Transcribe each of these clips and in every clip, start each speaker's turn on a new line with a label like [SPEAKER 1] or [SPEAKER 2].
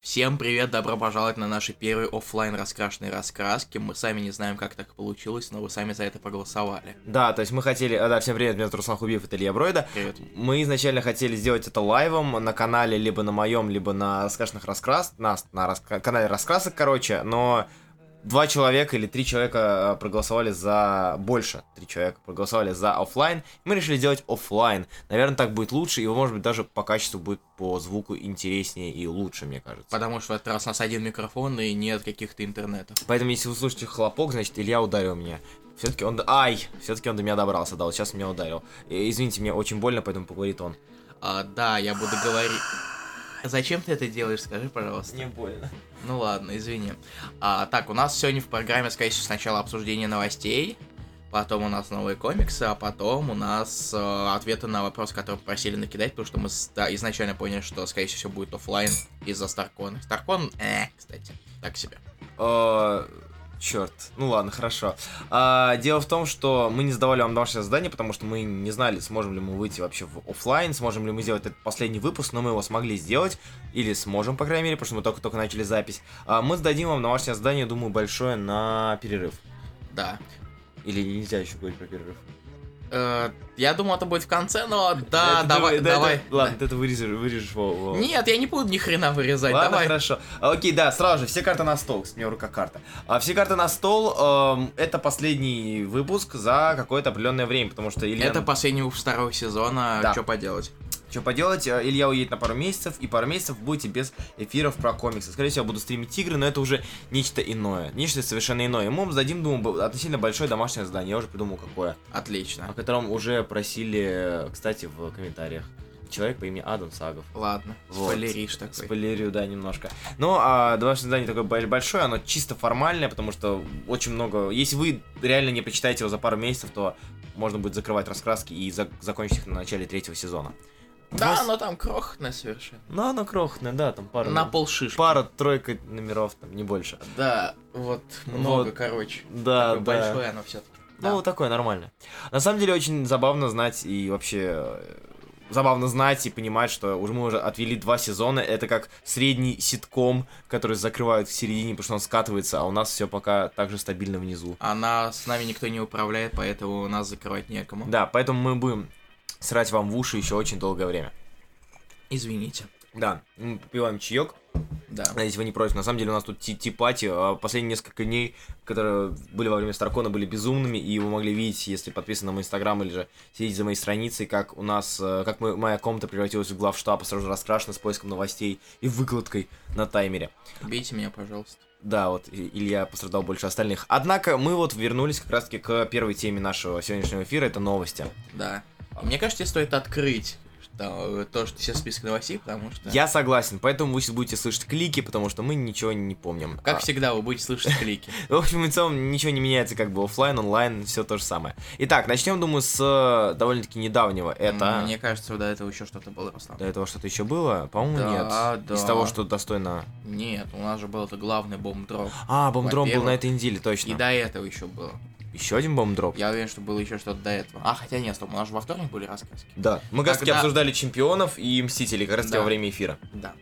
[SPEAKER 1] Всем привет, добро пожаловать на наши первые оффлайн раскрашенные раскраски. Мы сами не знаем, как так получилось, но вы сами за это проголосовали.
[SPEAKER 2] Да, то есть мы хотели... а, Да, всем привет, меня зовут Руслан Хубиев, это Илья Бройда.
[SPEAKER 1] Привет.
[SPEAKER 2] Мы изначально хотели сделать это лайвом на канале, либо на моем, либо на раскрашенных раскрас... На, на раска- канале раскрасок, короче, но два человека или три человека э, проголосовали за... Больше три человека проголосовали за оффлайн. Мы решили сделать оффлайн. Наверное, так будет лучше, и, может быть, даже по качеству будет по звуку интереснее и лучше, мне кажется.
[SPEAKER 1] Потому что в этот раз у нас один микрофон и нет каких-то интернетов.
[SPEAKER 2] Поэтому, если вы слышите хлопок, значит, Илья ударил меня. Все-таки он... до- Ай! Все-таки он до меня добрался, да, вот сейчас меня ударил. Э, Извините, мне очень больно, поэтому поговорит он.
[SPEAKER 1] А, да, я буду говорить... Зачем ты это делаешь, скажи, пожалуйста.
[SPEAKER 2] больно.
[SPEAKER 1] Ну ладно, извини. А, так, у нас сегодня в программе, скорее всего, сначала обсуждение новостей, потом у нас новые комиксы, а потом у нас э, ответы на вопрос, который просили накидать, потому что мы ста- изначально поняли, что, скорее всего, будет оффлайн из-за Старкона. Старкон, э, кстати, так себе.
[SPEAKER 2] Черт, А, ну ладно, хорошо. А, дело в том, что мы не задавали вам домашнее задание, потому что мы не знали, сможем ли мы выйти вообще в офлайн, сможем ли мы сделать этот последний выпуск, но мы его смогли сделать, или сможем, по крайней мере, потому что мы только-только начали запись. А, мы сдадим вам домашнее задание, думаю, большое на перерыв.
[SPEAKER 1] Да.
[SPEAKER 2] Или нельзя еще говорить про перерыв.
[SPEAKER 1] Э, я думал, это будет в конце, но да,
[SPEAKER 2] Это
[SPEAKER 1] давай,
[SPEAKER 2] ты- да,
[SPEAKER 1] давай.
[SPEAKER 2] это- ладно, ты это вырежешь, вырежешь во- во-
[SPEAKER 1] Нет, я не буду ни хрена вырезать,
[SPEAKER 2] Ладно,
[SPEAKER 1] давай.
[SPEAKER 2] хорошо. А, Окей, да, сразу же, все карты на стол. Кстати, У меня в руках карта. А, все карты на стол. эм, это последний выпуск за какое-то определенное время, потому что Илья...
[SPEAKER 1] Это последний выпуск второго сезона,
[SPEAKER 2] Да.
[SPEAKER 1] что поделать.
[SPEAKER 2] Что поделать, э, Илья уедет на пару месяцев, и пару месяцев будете без эфиров про комиксы. Скорее всего, я буду стримить игры, но это уже нечто иное. Нечто совершенно иное. И мы вам зададим, думаю, б- относительно большое домашнее задание. Я уже придумал, какое. О
[SPEAKER 1] Отлично.
[SPEAKER 2] котором уже просили, э, кстати, в комментариях. Человек по имени Адам Сагов.
[SPEAKER 1] Ладно,
[SPEAKER 2] Вот.
[SPEAKER 1] спойлеришь такой.
[SPEAKER 2] Спойлерю, да, немножко. Ну, а домашнее задание такое бо- большое, оно чисто формальное, потому что очень много... Если вы реально не почитаете его за пару месяцев, то можно будет закрывать раскраски и за- закончить их на начале третьего сезона.
[SPEAKER 1] Да,
[SPEAKER 2] Вас-
[SPEAKER 1] но там крохотная совершенно.
[SPEAKER 2] Ну, оно крохотное, да, там пару...
[SPEAKER 1] На полшишки.
[SPEAKER 2] Пара-тройка номеров, там, не больше.
[SPEAKER 1] Да, вот много,
[SPEAKER 2] Вот.
[SPEAKER 1] короче.
[SPEAKER 2] Да,
[SPEAKER 1] Такое
[SPEAKER 2] да.
[SPEAKER 1] большое оно все-таки.
[SPEAKER 2] Ну, вот такое нормально. На самом деле, очень забавно знать и вообще э, забавно знать и понимать, что уже мы уже отвели два сезона. Это как средний ситком, который закрывают в середине, потому что он скатывается, а у нас все пока так же стабильно внизу.
[SPEAKER 1] Она с нами никто не управляет, поэтому нас закрывать некому.
[SPEAKER 2] Да, поэтому мы будем срать вам в уши еще очень долгое время.
[SPEAKER 1] Извините.
[SPEAKER 2] Да, мы попиваем чаек,
[SPEAKER 1] Да.
[SPEAKER 2] если вы не против. На самом деле у нас тут ти- ти-пати. а, Последние несколько дней, которые были во время Старкона, были безумными, и вы могли видеть, если подписаны на мой инстаграм или же следите за моей страницей, как у нас, э, как мы- моя комната превратилась в главштаб, сразу же раскрашена с поиском новостей и выкладкой на таймере.
[SPEAKER 1] Бейте меня, пожалуйста.
[SPEAKER 2] Да, вот и- Илья пострадал больше остальных. Однако мы вот вернулись как раз-таки к первой теме нашего сегодняшнего эфира, это новости.
[SPEAKER 1] Да. И Мне кажется, стоит открыть что, э, то, что все список новостей, потому что...
[SPEAKER 2] Я согласен, поэтому вы сейчас будете слышать клики, потому что мы ничего не помним.
[SPEAKER 1] Как
[SPEAKER 2] А,
[SPEAKER 1] всегда, вы будете слышать клики.
[SPEAKER 2] В общем и целом ничего не меняется, как бы оффлайн, онлайн, все то же самое. Итак, начнем, думаю, с э, довольно-таки недавнего. Это
[SPEAKER 1] М, Мне кажется, до этого еще что-то было, Руслан.
[SPEAKER 2] до этого что-то еще было? По-моему,
[SPEAKER 1] Да,
[SPEAKER 2] нет.
[SPEAKER 1] да.
[SPEAKER 2] Из того, что достойно.
[SPEAKER 1] Нет, у нас же был это главный бомб-дроп.
[SPEAKER 2] А, бомбдроп был
[SPEAKER 1] Во-первых.
[SPEAKER 2] на этой неделе,
[SPEAKER 1] И
[SPEAKER 2] точно.
[SPEAKER 1] до этого еще было.
[SPEAKER 2] Еще один бомбдроп.
[SPEAKER 1] Я уверен, что было еще что-то до этого. А, хотя нет, стоп, у нас же во вторник были рассказки.
[SPEAKER 2] Да. Мы как раз таки
[SPEAKER 1] Когда-
[SPEAKER 2] обсуждали чемпионов и мстителей, как раз таки
[SPEAKER 1] Да.
[SPEAKER 2] во время эфира.
[SPEAKER 1] Да.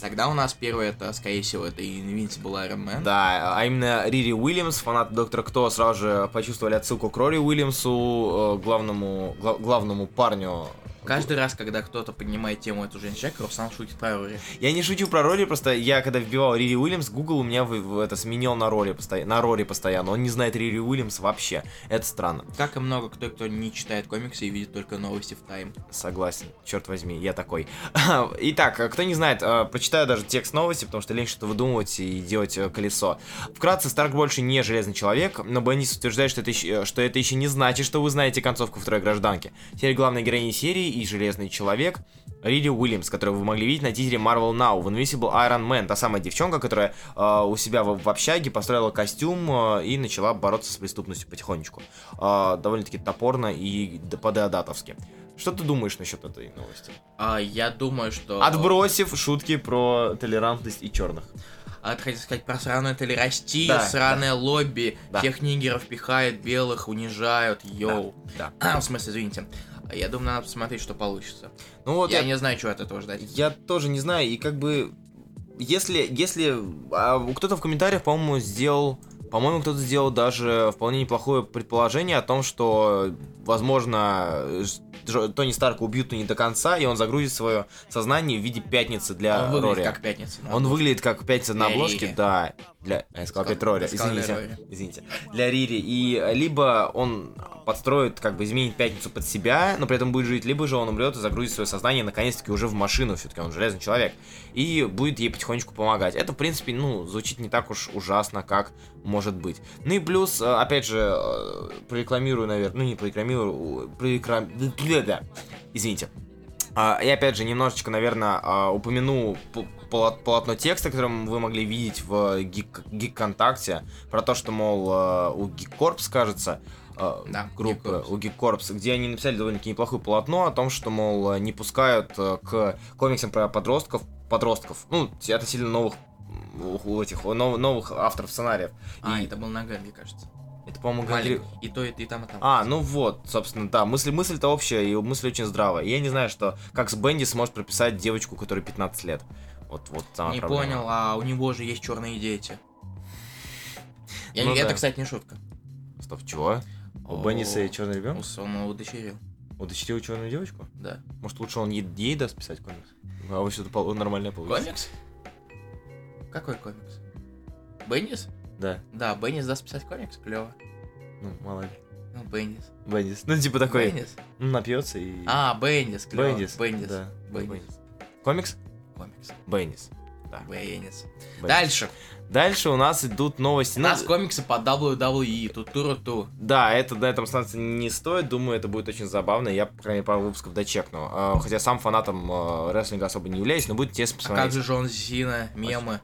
[SPEAKER 1] Тогда у нас первое, это, скорее всего, это Invincible Iron Man.
[SPEAKER 2] Да, а именно Рири Уильямс, фанат Доктора Кто, сразу же почувствовали отсылку к Рори Уильямсу, э, главному, гла- главному парню.
[SPEAKER 1] Каждый раз, когда кто-то поднимает тему эту женщину, человека, Руслан шутит про Рори.
[SPEAKER 2] Я не шучу про Рори, просто я когда вбивал Рири Уильямс, Google у меня вы- в- это сменил на Рори, постоя- на Рори постоянно. Он не знает Рири Уильямс вообще. Это странно.
[SPEAKER 1] Как и много кто, кто не читает комиксы и видит только новости в тайм.
[SPEAKER 2] Согласен. Черт возьми, я такой. Итак, кто не знает, э, прочитаю даже текст новости, потому что лень что-то выдумывать и делать э, колесо. Вкратце, Старк больше не Железный Человек, но Бендис утверждает, что это, еще, э, что это еще не значит, что вы знаете концовку второй гражданки. Теперь главной героиней серии и Железный Человек Рири Уильямс, которую вы могли видеть на тизере Marvel Now в Invincible Iron Man, та самая девчонка, которая э, у себя в, в общаге построила костюм э, и начала бороться с преступностью потихонечку. Э, довольно-таки топорно и д- по-деодатовски. Что ты думаешь насчет этой новости?
[SPEAKER 1] А, я думаю, что...
[SPEAKER 2] Отбросив шутки про толерантность и черных.
[SPEAKER 1] А, ты хотел сказать про сраную толерастию,
[SPEAKER 2] Да,
[SPEAKER 1] сраное лобби,
[SPEAKER 2] Да.
[SPEAKER 1] всех нигеров пихают, белых унижают, йоу.
[SPEAKER 2] Да.
[SPEAKER 1] в смысле, извините. Я думаю, надо посмотреть, что получится.
[SPEAKER 2] Ну вот
[SPEAKER 1] я
[SPEAKER 2] я,
[SPEAKER 1] не знаю, чего от этого ждать.
[SPEAKER 2] я тоже не знаю, и как бы если, если а, кто-то в комментариях, по-моему, сделал, по-моему, кто-то сделал даже вполне неплохое предположение о том, что, возможно, Дж- Тони Старка убьют но не до конца, и он загрузит свое сознание в виде пятницы для
[SPEAKER 1] Он А, выглядит
[SPEAKER 2] Рори.
[SPEAKER 1] как пятница. да.
[SPEAKER 2] Он выглядит как пятница на
[SPEAKER 1] Для
[SPEAKER 2] обложке,
[SPEAKER 1] Рири.
[SPEAKER 2] да. Для... Я сказал
[SPEAKER 1] Сказал-
[SPEAKER 2] опять Рори,
[SPEAKER 1] ты сказал для
[SPEAKER 2] извините. Извините. Для Рири. И э, либо он подстроит, как бы изменит пятницу под себя, но при этом будет жить, либо же он умрет и загрузит свое сознание наконец-таки уже в машину, все-таки он железный человек, и будет ей потихонечку помогать. Это, в принципе, ну, звучит не так уж ужасно, как может быть. Ну и плюс, э, опять же, э, прорекламирую, наверное, ну не прорекламирую, э, прореклам... да, извините. А, Я опять же немножечко, наверное, а, упомяну п- поло- полотно текста, которым вы могли видеть в гик- гик-контакте, про то, что, мол, э, у Гиккорпс, кажется, э,
[SPEAKER 1] Да,
[SPEAKER 2] группы,
[SPEAKER 1] Geekcorps.
[SPEAKER 2] у Гиккорпс, где они написали довольно-таки неплохое полотно о том, что, мол, э, не пускают э, к комиксам про подростков, подростков, ну, те- относительно новых м, у этих у нов- новых авторов сценариев.
[SPEAKER 1] А,
[SPEAKER 2] И
[SPEAKER 1] это был на Гэнге, кажется.
[SPEAKER 2] это, по-моему, говорили-
[SPEAKER 1] Маленький. И то, и, и там, и там.
[SPEAKER 2] а, ну вот, собственно, да, мысль, мысль-то общая, и мысль очень здравая. И Я не знаю, что как с Бенди сможет прописать девочку, которой 15 лет. Вот, вот сама
[SPEAKER 1] не
[SPEAKER 2] проблема.
[SPEAKER 1] понял, а у него же есть черные дети. Я-
[SPEAKER 2] Ну
[SPEAKER 1] Это,
[SPEAKER 2] да.
[SPEAKER 1] кстати, не шутка.
[SPEAKER 2] Стоп, чего? У
[SPEAKER 1] О,
[SPEAKER 2] Бенди черный ребенок?
[SPEAKER 1] Ус- Он удочерил,
[SPEAKER 2] Удочерил черную девочку?
[SPEAKER 1] да.
[SPEAKER 2] Может, лучше он ей, ей даст писать комикс? А вот что-то пол- нормальное получится.
[SPEAKER 1] Комикс? Какой комикс? Беннис?
[SPEAKER 2] Да,
[SPEAKER 1] Да, Беннис даст писать комикс, клево.
[SPEAKER 2] ну, мало ли.
[SPEAKER 1] Ну, Беннис.
[SPEAKER 2] Бендис. Ну, типа такой,
[SPEAKER 1] Беннис?
[SPEAKER 2] ну, напьется и...
[SPEAKER 1] А, Беннис, клево.
[SPEAKER 2] Бендис.
[SPEAKER 1] Беннис.
[SPEAKER 2] Да,
[SPEAKER 1] Беннис.
[SPEAKER 2] Бендис. Комикс?
[SPEAKER 1] Комикс.
[SPEAKER 2] Бендис. Да.
[SPEAKER 1] Беннис.
[SPEAKER 2] Бендис.
[SPEAKER 1] Дальше.
[SPEAKER 2] Дальше у нас идут новости.
[SPEAKER 1] У
[SPEAKER 2] Ну,
[SPEAKER 1] нас комиксы по WWE, тут А туру ту.
[SPEAKER 2] Да, это на этом станции не стоит. Думаю, это будет очень забавно. Я, по крайней мере, пару выпусков дочекну. Э, Хотя сам фанатом э, рестлинга особо не являюсь, но будет интересно
[SPEAKER 1] А как
[SPEAKER 2] посмотреть.
[SPEAKER 1] же Джон Зина, мемы,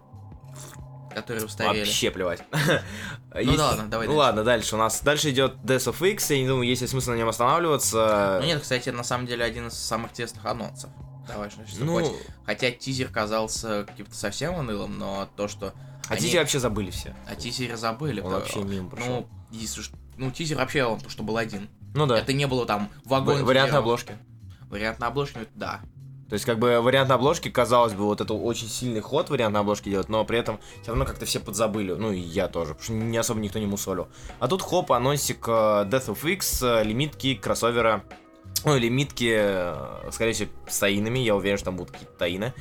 [SPEAKER 1] которые устарели.
[SPEAKER 2] Вообще плевать.
[SPEAKER 1] да ладно, давай дальше.
[SPEAKER 2] Ну ладно, дальше у нас. Дальше идет Death of X. Я не думаю, есть ли смысл на нем останавливаться.
[SPEAKER 1] Ну нет, кстати, на самом деле один из самых тесных анонсов. Давай, что что
[SPEAKER 2] Ну,
[SPEAKER 1] хоть. Хотя тизер казался каким-то совсем унылым, но то, что
[SPEAKER 2] а
[SPEAKER 1] они-
[SPEAKER 2] тизер вообще забыли все.
[SPEAKER 1] о тизере забыли.
[SPEAKER 2] Он
[SPEAKER 1] то-
[SPEAKER 2] вообще мимо прошел.
[SPEAKER 1] ну, если уж- ну, тизер вообще, он, потому что был один.
[SPEAKER 2] Ну да.
[SPEAKER 1] Это не было там
[SPEAKER 2] Ва-
[SPEAKER 1] вагон.
[SPEAKER 2] Вариант
[SPEAKER 1] тизеров.
[SPEAKER 2] обложки.
[SPEAKER 1] Вариант на обложке, ну, это да.
[SPEAKER 2] То есть, как бы, вариант обложки, казалось бы, вот это очень сильный ход вариант на обложке делать, но при этом все равно как-то все подзабыли. Ну, и я тоже, потому что не особо никто не мусолил. А тут хоп, анонсик э, Death of X, э, лимитки кроссовера. Ну, лимитки, э, скорее всего, с таинами. Я уверен, что там будут какие-то таины.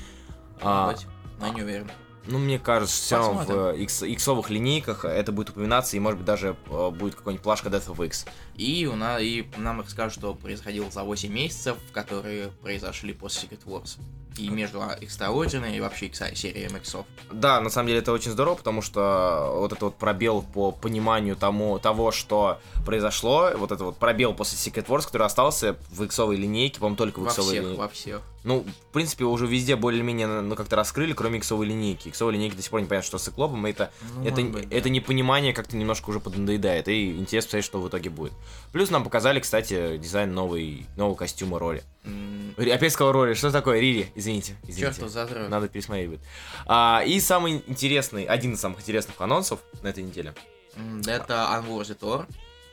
[SPEAKER 2] А,
[SPEAKER 1] Хоть, но не уверен.
[SPEAKER 2] ну, мне кажется, все равно в
[SPEAKER 1] Посмотрим.
[SPEAKER 2] э, икс- иксовых линейках это будет упоминаться, и, может быть, даже э, будет какой-нибудь плашка Death of X.
[SPEAKER 1] И, у нас, и нам расскажут, что происходило за 8 месяцев, которые произошли после Secret Wars. И между а, Extraordinary и вообще икса- серией иксов.
[SPEAKER 2] Да, на самом деле это очень здорово, потому что вот этот вот пробел по пониманию тому, того, что произошло, вот этот вот пробел после Secret Wars, который остался в иксовой линейке, по-моему, только в
[SPEAKER 1] Во
[SPEAKER 2] иксовой
[SPEAKER 1] всех,
[SPEAKER 2] линейке.
[SPEAKER 1] во всех.
[SPEAKER 2] Ну, в принципе, уже везде более-менее ну, как-то раскрыли, кроме иксовой линейки. Иксовой линейки до сих пор не понятно, что с циклопом, и это
[SPEAKER 1] Ну,
[SPEAKER 2] это,
[SPEAKER 1] может быть, да.
[SPEAKER 2] это непонимание как-то немножко уже поднадоедает, и интересно посмотреть, что в итоге будет. Плюс нам показали, кстати, дизайн новый, нового костюма Роли.
[SPEAKER 1] М,
[SPEAKER 2] Ри- Опять сказал Роли, что такое? Рири, извините, извините.
[SPEAKER 1] Чертов задрот.
[SPEAKER 2] Надо пересмотреть будет. А, и самый интересный, один из самых интересных анонсов на этой неделе.
[SPEAKER 1] М, да Это Unworthy Thor.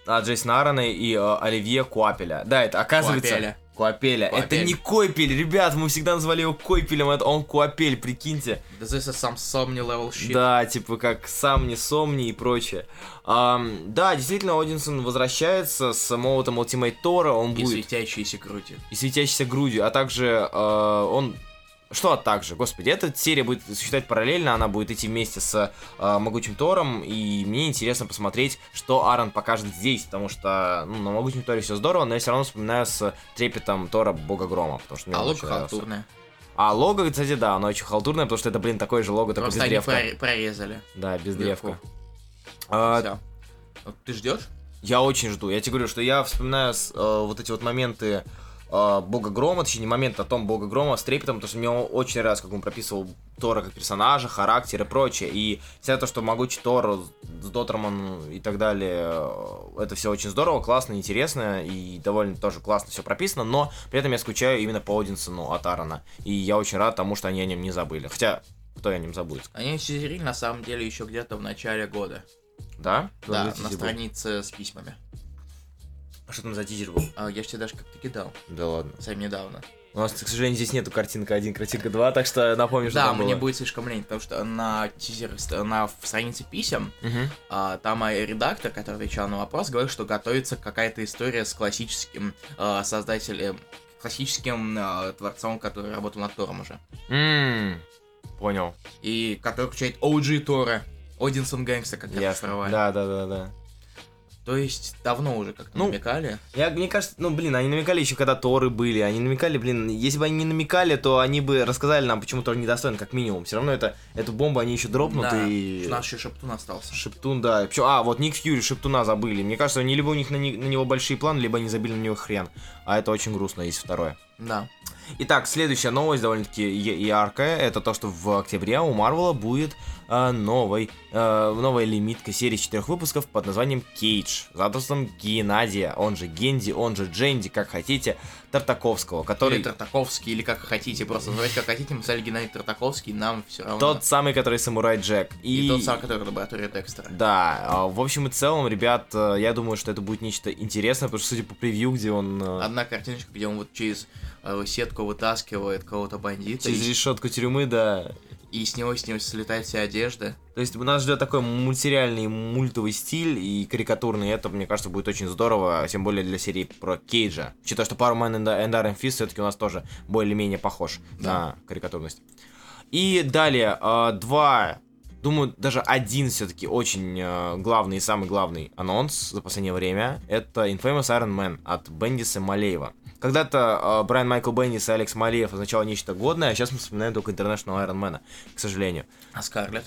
[SPEAKER 2] А, Джейсона Аарона и э, Оливье Куапеля. Да, это оказывается...
[SPEAKER 1] Куапеля.
[SPEAKER 2] Куапеля. Это
[SPEAKER 1] Куапель.
[SPEAKER 2] не Койпель, ребят, мы всегда называли его Койпелем, а это он Куапель, прикиньте.
[SPEAKER 1] This is some Somni level shit.
[SPEAKER 2] Да, типа как сам не сомни и прочее. Ам, да, действительно, Одинсон возвращается с молотом Ultimate Тора, он
[SPEAKER 1] И
[SPEAKER 2] будет
[SPEAKER 1] светящиеся крути.
[SPEAKER 2] и светящейся грудью, а также э, он... Что а также? Господи, эта серия будет существовать параллельно, она будет идти вместе с э, Могучим Тором, и мне интересно посмотреть, что Аарон покажет здесь, потому что ну, на Могучем Торе все здорово, но я все равно вспоминаю с трепетом Тора Бога Грома, потому что мне
[SPEAKER 1] А
[SPEAKER 2] он
[SPEAKER 1] лук
[SPEAKER 2] очень нравился.
[SPEAKER 1] халтурная.
[SPEAKER 2] А лого, кстати, да, оно очень халтурное, потому что это, блин, такое же лого, только
[SPEAKER 1] Просто
[SPEAKER 2] без
[SPEAKER 1] они
[SPEAKER 2] древка.
[SPEAKER 1] проре- прорезали.
[SPEAKER 2] Да, без
[SPEAKER 1] дырку.
[SPEAKER 2] древка. А,
[SPEAKER 1] Всё. Вот Ты ждешь?
[SPEAKER 2] Я очень жду. Я тебе говорю, что я вспоминаю с- э, вот эти вот моменты э, Бога Грома, точнее, не момент о том Бога Грома с трепетом, потому что мне он очень раз, как он прописывал Тора как персонажа, характер и прочее. И вся то, что могучий Тор с Дотерман и так далее, э, это все очень здорово, классно, интересно и довольно тоже классно все прописано, но при этом я скучаю именно по Одинсону от Аарона. И я очень рад тому, что они о нем не забыли. Хотя, кто о нем забудет?
[SPEAKER 1] Они сизерили на самом деле еще где-то в начале года.
[SPEAKER 2] Да?
[SPEAKER 1] Да,
[SPEAKER 2] Забудете,
[SPEAKER 1] на
[SPEAKER 2] забыл.
[SPEAKER 1] странице с письмами.
[SPEAKER 2] А Что там за тизер был?
[SPEAKER 1] А, Я же тебе даже как-то кидал
[SPEAKER 2] Да ладно.
[SPEAKER 1] совсем недавно.
[SPEAKER 2] У нас, к сожалению, здесь нету картинка 1, картинка 2, так что напомню, что
[SPEAKER 1] Да,
[SPEAKER 2] там
[SPEAKER 1] мне
[SPEAKER 2] было.
[SPEAKER 1] будет слишком лень, потому что на тизер, на в странице писем,
[SPEAKER 2] Мгм.
[SPEAKER 1] а, там а, редактор, который отвечал на вопрос, говорил, что готовится какая-то история с классическим а, создателем, классическим а, творцом, который работал над Тором уже.
[SPEAKER 2] М, Понял.
[SPEAKER 1] И который включает OG Тора, Одинсон Гэнгста, как я
[SPEAKER 2] Ясно.
[SPEAKER 1] расшифровали.
[SPEAKER 2] Да, да, да, да.
[SPEAKER 1] То есть давно уже как-то
[SPEAKER 2] Ну,
[SPEAKER 1] намекали.
[SPEAKER 2] Я, мне кажется, ну, блин, они намекали еще, когда Торы были, они намекали, блин, если бы они не намекали, то они бы рассказали нам, почему Тор недостоин, как минимум. Все равно это, эту бомбу они еще дропнут
[SPEAKER 1] Да,
[SPEAKER 2] и...
[SPEAKER 1] что Наш еще Шептун остался.
[SPEAKER 2] Шептун, да. Причем- а, вот Ник Фьюри, Шептуна забыли. Мне кажется, они либо у них на, ни- на него большие планы, либо они забили на него хрен. А это очень грустно, есть второе.
[SPEAKER 1] Да.
[SPEAKER 2] Итак, следующая новость довольно-таки я- яркая. Это то, что в октябре у Марвела будет э, новый, э, новая лимитка серии из четырех выпусков под названием Кейдж. За авторством Геннадия, он же Генди, он же Дженди, как хотите, Тартаковского, который...
[SPEAKER 1] Или Тартаковский, или как хотите, просто называйте как хотите, мы стали Геннадий Тартаковский, нам все равно.
[SPEAKER 2] Тот самый, который Самурай Джек.
[SPEAKER 1] И тот самый, который в лаборатории Декстера.
[SPEAKER 2] Да, а, в общем и целом, ребят, э, я думаю, что это будет нечто интересное, потому что, судя по превью, где он э,
[SPEAKER 1] Одна картиночка, где он вот через э, сетку вытаскивает кого-то бандита,
[SPEAKER 2] через
[SPEAKER 1] и,
[SPEAKER 2] решетку тюрьмы, да.
[SPEAKER 1] и с него с него слетает вся одежда.
[SPEAKER 2] То есть нас ждет такой мультсериальный, мультовый стиль и карикатурный, и это, мне кажется, будет очень здорово, тем более для серии про Кейджа. Учитывая, что Power Man and and Iron Fist все-таки у нас тоже более-менее похож
[SPEAKER 1] Да.
[SPEAKER 2] на карикатурность. И далее, э, два, думаю, даже один все-таки очень э, главный и самый главный анонс за последнее время, это Infamous Iron Man от Бендиса Малеева. Когда-то э, Брайан Майкл Бендис и Алекс Малеев означало нечто годное, а сейчас мы вспоминаем только International Iron Man, к сожалению.
[SPEAKER 1] А Скарлет?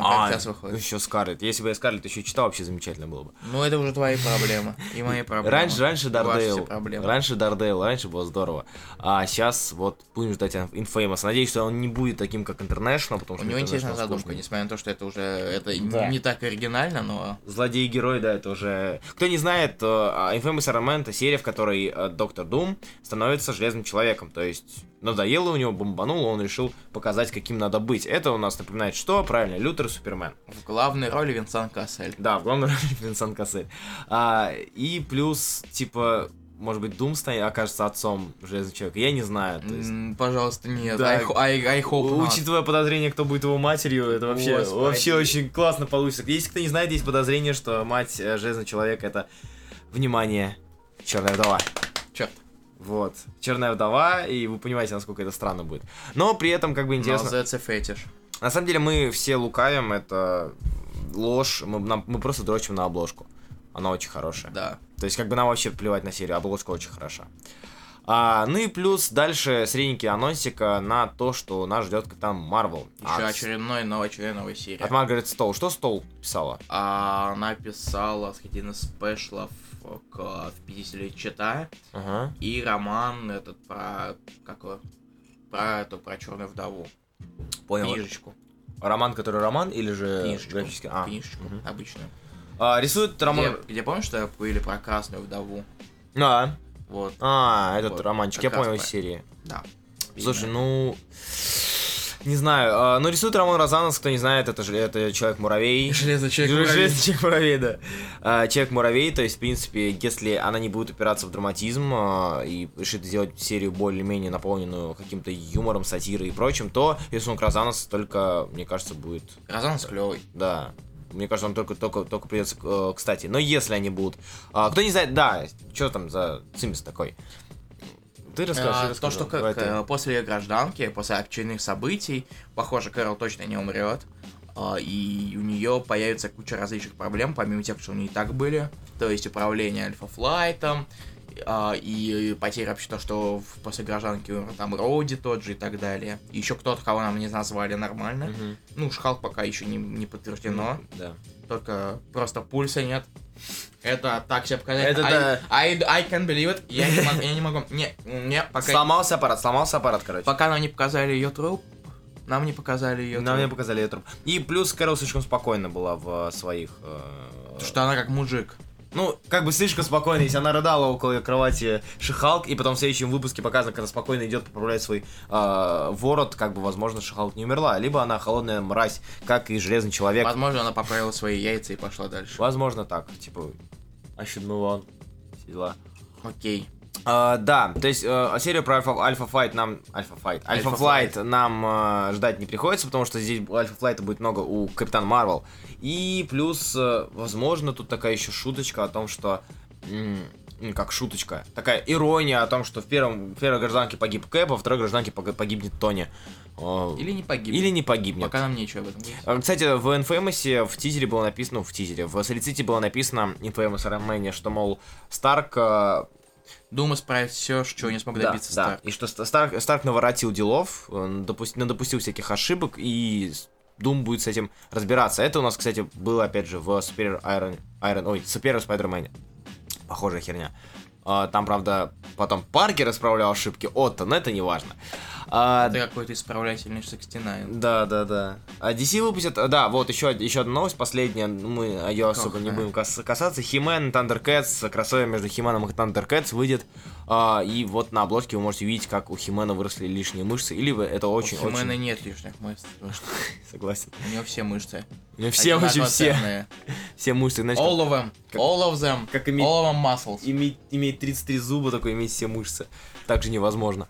[SPEAKER 2] А,
[SPEAKER 1] сейчас Ну, выходит.
[SPEAKER 2] Еще Скарлетт. Если бы я Скарлетт еще читал, вообще замечательно было бы.
[SPEAKER 1] Ну, это уже твои проблемы. И мои проблемы.
[SPEAKER 2] Раньше, раньше
[SPEAKER 1] Ваши все
[SPEAKER 2] Дардейл.
[SPEAKER 1] проблемы.
[SPEAKER 2] Раньше Дардейл, раньше было здорово. А сейчас вот будем ждать Infamous. Надеюсь, что он не будет таким, как International, потому
[SPEAKER 1] У
[SPEAKER 2] что...
[SPEAKER 1] него
[SPEAKER 2] International
[SPEAKER 1] интересная задумка,
[SPEAKER 2] скучный.
[SPEAKER 1] несмотря на то, что это уже это
[SPEAKER 2] Да.
[SPEAKER 1] не так оригинально, но
[SPEAKER 2] Злодей-герой, да, это уже... Кто не знает, э, а, Infamous Iron Man — это серия, в которой э, Доктор Дум становится Железным Человеком. То есть надоело у него, бомбануло, он решил показать, каким надо быть. Это у нас напоминает что? Правильно, Лютер и Супермен.
[SPEAKER 1] в главной роли Винсан Кассель.
[SPEAKER 2] Да, в главной роли Винсан Кассель. А, и плюс, типа, может быть, Дум станет, окажется отцом Железного Человека. Я не знаю. то есть.
[SPEAKER 1] М, Пожалуйста, нет.
[SPEAKER 2] Да.
[SPEAKER 1] I, ho- I- I hope not.
[SPEAKER 2] Учитывая подозрение, кто будет его матерью, это вообще,
[SPEAKER 1] Господи.
[SPEAKER 2] вообще очень классно получится. Если кто не знает, есть подозрение, что мать э, Железного Человека это, внимание, Черная Вдова.
[SPEAKER 1] Чёрт.
[SPEAKER 2] Вот. Черная Вдова, и вы понимаете, насколько это странно будет. Но при этом, как бы, интересно...
[SPEAKER 1] Но that's a fetish.
[SPEAKER 2] На самом деле мы все лукавим, это ложь, мы, нам- мы просто дрочим на обложку. Она очень хорошая.
[SPEAKER 1] Да.
[SPEAKER 2] То есть, как бы нам вообще плевать на серию, обложка очень хороша. А, ну и плюс дальше средненький анонсика на то, что нас ждет Капитан Марвел.
[SPEAKER 1] Еще
[SPEAKER 2] От-
[SPEAKER 1] очередной новой, очередной новой серии.
[SPEAKER 2] От Маргарет Стоу. Что Стоу писала?
[SPEAKER 1] А, она писала среди на спешлов э, к «Впитителю чита»
[SPEAKER 2] Ага.
[SPEAKER 1] и роман этот про... какой? Про эту, про черную вдову.
[SPEAKER 2] Понял.
[SPEAKER 1] Книжечку.
[SPEAKER 2] Роман, который роман, или же
[SPEAKER 1] Книжечку.
[SPEAKER 2] графический? А.
[SPEAKER 1] Книжечку
[SPEAKER 2] мгм.
[SPEAKER 1] обычную.
[SPEAKER 2] А, рисует
[SPEAKER 1] Где,
[SPEAKER 2] роман...
[SPEAKER 1] где помнишь, что были про красную вдову?
[SPEAKER 2] Да.
[SPEAKER 1] Вот,
[SPEAKER 2] А, этот
[SPEAKER 1] Вот,
[SPEAKER 2] романчик, я
[SPEAKER 1] как раз
[SPEAKER 2] понял из
[SPEAKER 1] про-
[SPEAKER 2] серии.
[SPEAKER 1] да.
[SPEAKER 2] Слушай, ну... Не знаю, а, ну рисует Рамон Розанос, кто не знает, это, же- это Человек-муравей.
[SPEAKER 1] Железный
[SPEAKER 2] Человек-муравей, да. А, Человек-муравей, то есть, в принципе, если она не будет упираться в драматизм а, и решит сделать серию более-менее наполненную каким-то юмором, сатирой и прочим, то рисунок Розанос только, мне кажется, будет,
[SPEAKER 1] Розанс клевый.
[SPEAKER 2] да... Мне кажется, он только, только, только придется, э, кстати. Но если они будут... а, кто не знает, да, что там за цимис такой? Ты расскажешь, я
[SPEAKER 1] А, То,
[SPEAKER 2] расскажу.
[SPEAKER 1] что
[SPEAKER 2] Давай
[SPEAKER 1] как,
[SPEAKER 2] ты.
[SPEAKER 1] э, после гражданки, после очередных событий, похоже, Кэрол точно не умрет. а, И у нее появится куча различных проблем, помимо тех, что у нее и так были. То есть управление Альфа-Флайтом, а, и потеря вообще то, что в- после гражданки умер там Роуди тот же и так далее. Еще кто-то, кого нам не назвали нормально.
[SPEAKER 2] Мгм.
[SPEAKER 1] Ну, Шхалк пока еще не, не подтверждено.
[SPEAKER 2] Да.
[SPEAKER 1] Только просто пульса нет. Это так себе показать.
[SPEAKER 2] Это
[SPEAKER 1] I,
[SPEAKER 2] да.
[SPEAKER 1] I, I can believe it. Я не могу. Я не могу. Не, не, пока
[SPEAKER 2] Сломался аппарат, сломался аппарат, короче.
[SPEAKER 1] Пока нам не показали ее труп, нам не показали ее
[SPEAKER 2] Нам не
[SPEAKER 1] труп.
[SPEAKER 2] показали ее труп. И плюс Кэрол слишком спокойно была в э, своих... э,
[SPEAKER 1] Что она как мужик.
[SPEAKER 2] Ну, как бы слишком спокойно, если она рыдала около её кровати Шихалк, и потом в следующем выпуске показано, когда спокойно идет поправлять свой э, ворот, как бы, возможно, Шихалк не умерла. Либо она холодная мразь, как и Железный Человек.
[SPEAKER 1] Возможно, она поправила свои яйца и пошла дальше.
[SPEAKER 2] Возможно, так, типа, ощутнула он. Все дела.
[SPEAKER 1] Окей.
[SPEAKER 2] А, да, то есть э, серию про Альфа, Альфа Файт нам... Альфа Файт. Альфа Флайт нам э, ждать не приходится, потому что здесь Альфа Флайта будет много у Капитана Марвел. И плюс, э, возможно, тут такая еще шуточка о том, что... м, ну, как шуточка. Такая ирония о том, что в, первом, в первой гражданке погиб Кэп, а во второй гражданке пог- погибнет Тони. О,
[SPEAKER 1] Или не погиб.
[SPEAKER 2] или не погибнет.
[SPEAKER 1] Пока нам нечего об этом говорить.
[SPEAKER 2] А, Кстати, в Infamous в тизере было написано, ну, в тизере, в Солиците было написано Infamous Iron Man, что, мол, Старк... э,
[SPEAKER 1] Дума справит все, чего не смог
[SPEAKER 2] да,
[SPEAKER 1] добиться
[SPEAKER 2] да,
[SPEAKER 1] Старк.
[SPEAKER 2] и что Ст- Старк, Старк наворотил делов, он допус- надопустил всяких ошибок, и с- Дум будет с этим разбираться. Это у нас, кстати, было, опять же, в Superior Iron... Iron ой, Superior Spider-Man. Похожая херня. А, Там, правда, потом Паркер исправлял ошибки Отто, но это не важно. А,
[SPEAKER 1] Это какой-то исправлятельный 69.
[SPEAKER 2] Да, да, да. А DC выпустят... а, Да, вот еще, еще одна новость, последняя. ну, Мы ее особо не
[SPEAKER 1] да.
[SPEAKER 2] будем кас- касаться. Химен, Thundercats, кроссовер между Хименом и Thundercats выйдет. а, и вот на обложке вы можете увидеть, как у Химена выросли лишние мышцы. Или вы- это
[SPEAKER 1] У
[SPEAKER 2] очень,
[SPEAKER 1] Химена
[SPEAKER 2] очень...
[SPEAKER 1] нет лишних мышц, потому что
[SPEAKER 2] Согласен.
[SPEAKER 1] у него все мышцы.
[SPEAKER 2] У него Все, очень
[SPEAKER 1] Одинаково
[SPEAKER 2] все,
[SPEAKER 1] ценные.
[SPEAKER 2] все мышцы. Иначе
[SPEAKER 1] All of them.
[SPEAKER 2] Как-
[SPEAKER 1] All of them.
[SPEAKER 2] как
[SPEAKER 1] All
[SPEAKER 2] ими-
[SPEAKER 1] of them muscles.
[SPEAKER 2] иметь, иметь 33 зуба, такой иметь все мышцы. Так же невозможно.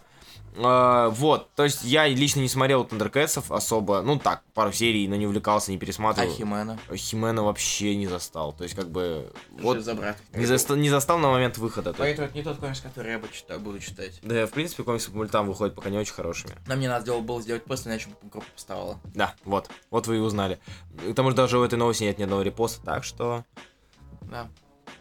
[SPEAKER 2] А, вот, то есть я лично не смотрел Thundercats особо, ну так, пару серий, но не увлекался, не
[SPEAKER 1] А
[SPEAKER 2] пересматривал.
[SPEAKER 1] Химена?
[SPEAKER 2] Химена вообще не застал. То есть, как бы.
[SPEAKER 1] Вот.
[SPEAKER 2] Вот
[SPEAKER 1] за брат.
[SPEAKER 2] не, заста- не застал на момент выхода. То есть.
[SPEAKER 1] Поэтому это не тот комикс, который я бы читал, буду читать.
[SPEAKER 2] Да, в принципе, комиксы по мультам выходят пока не очень хорошими.
[SPEAKER 1] Нам не надо дело было сделать пост, иначе бы группа поставила.
[SPEAKER 2] Да, вот. Вот вы и узнали. К тому же даже у этой новости нет ни одного репоста, так что.
[SPEAKER 1] Да.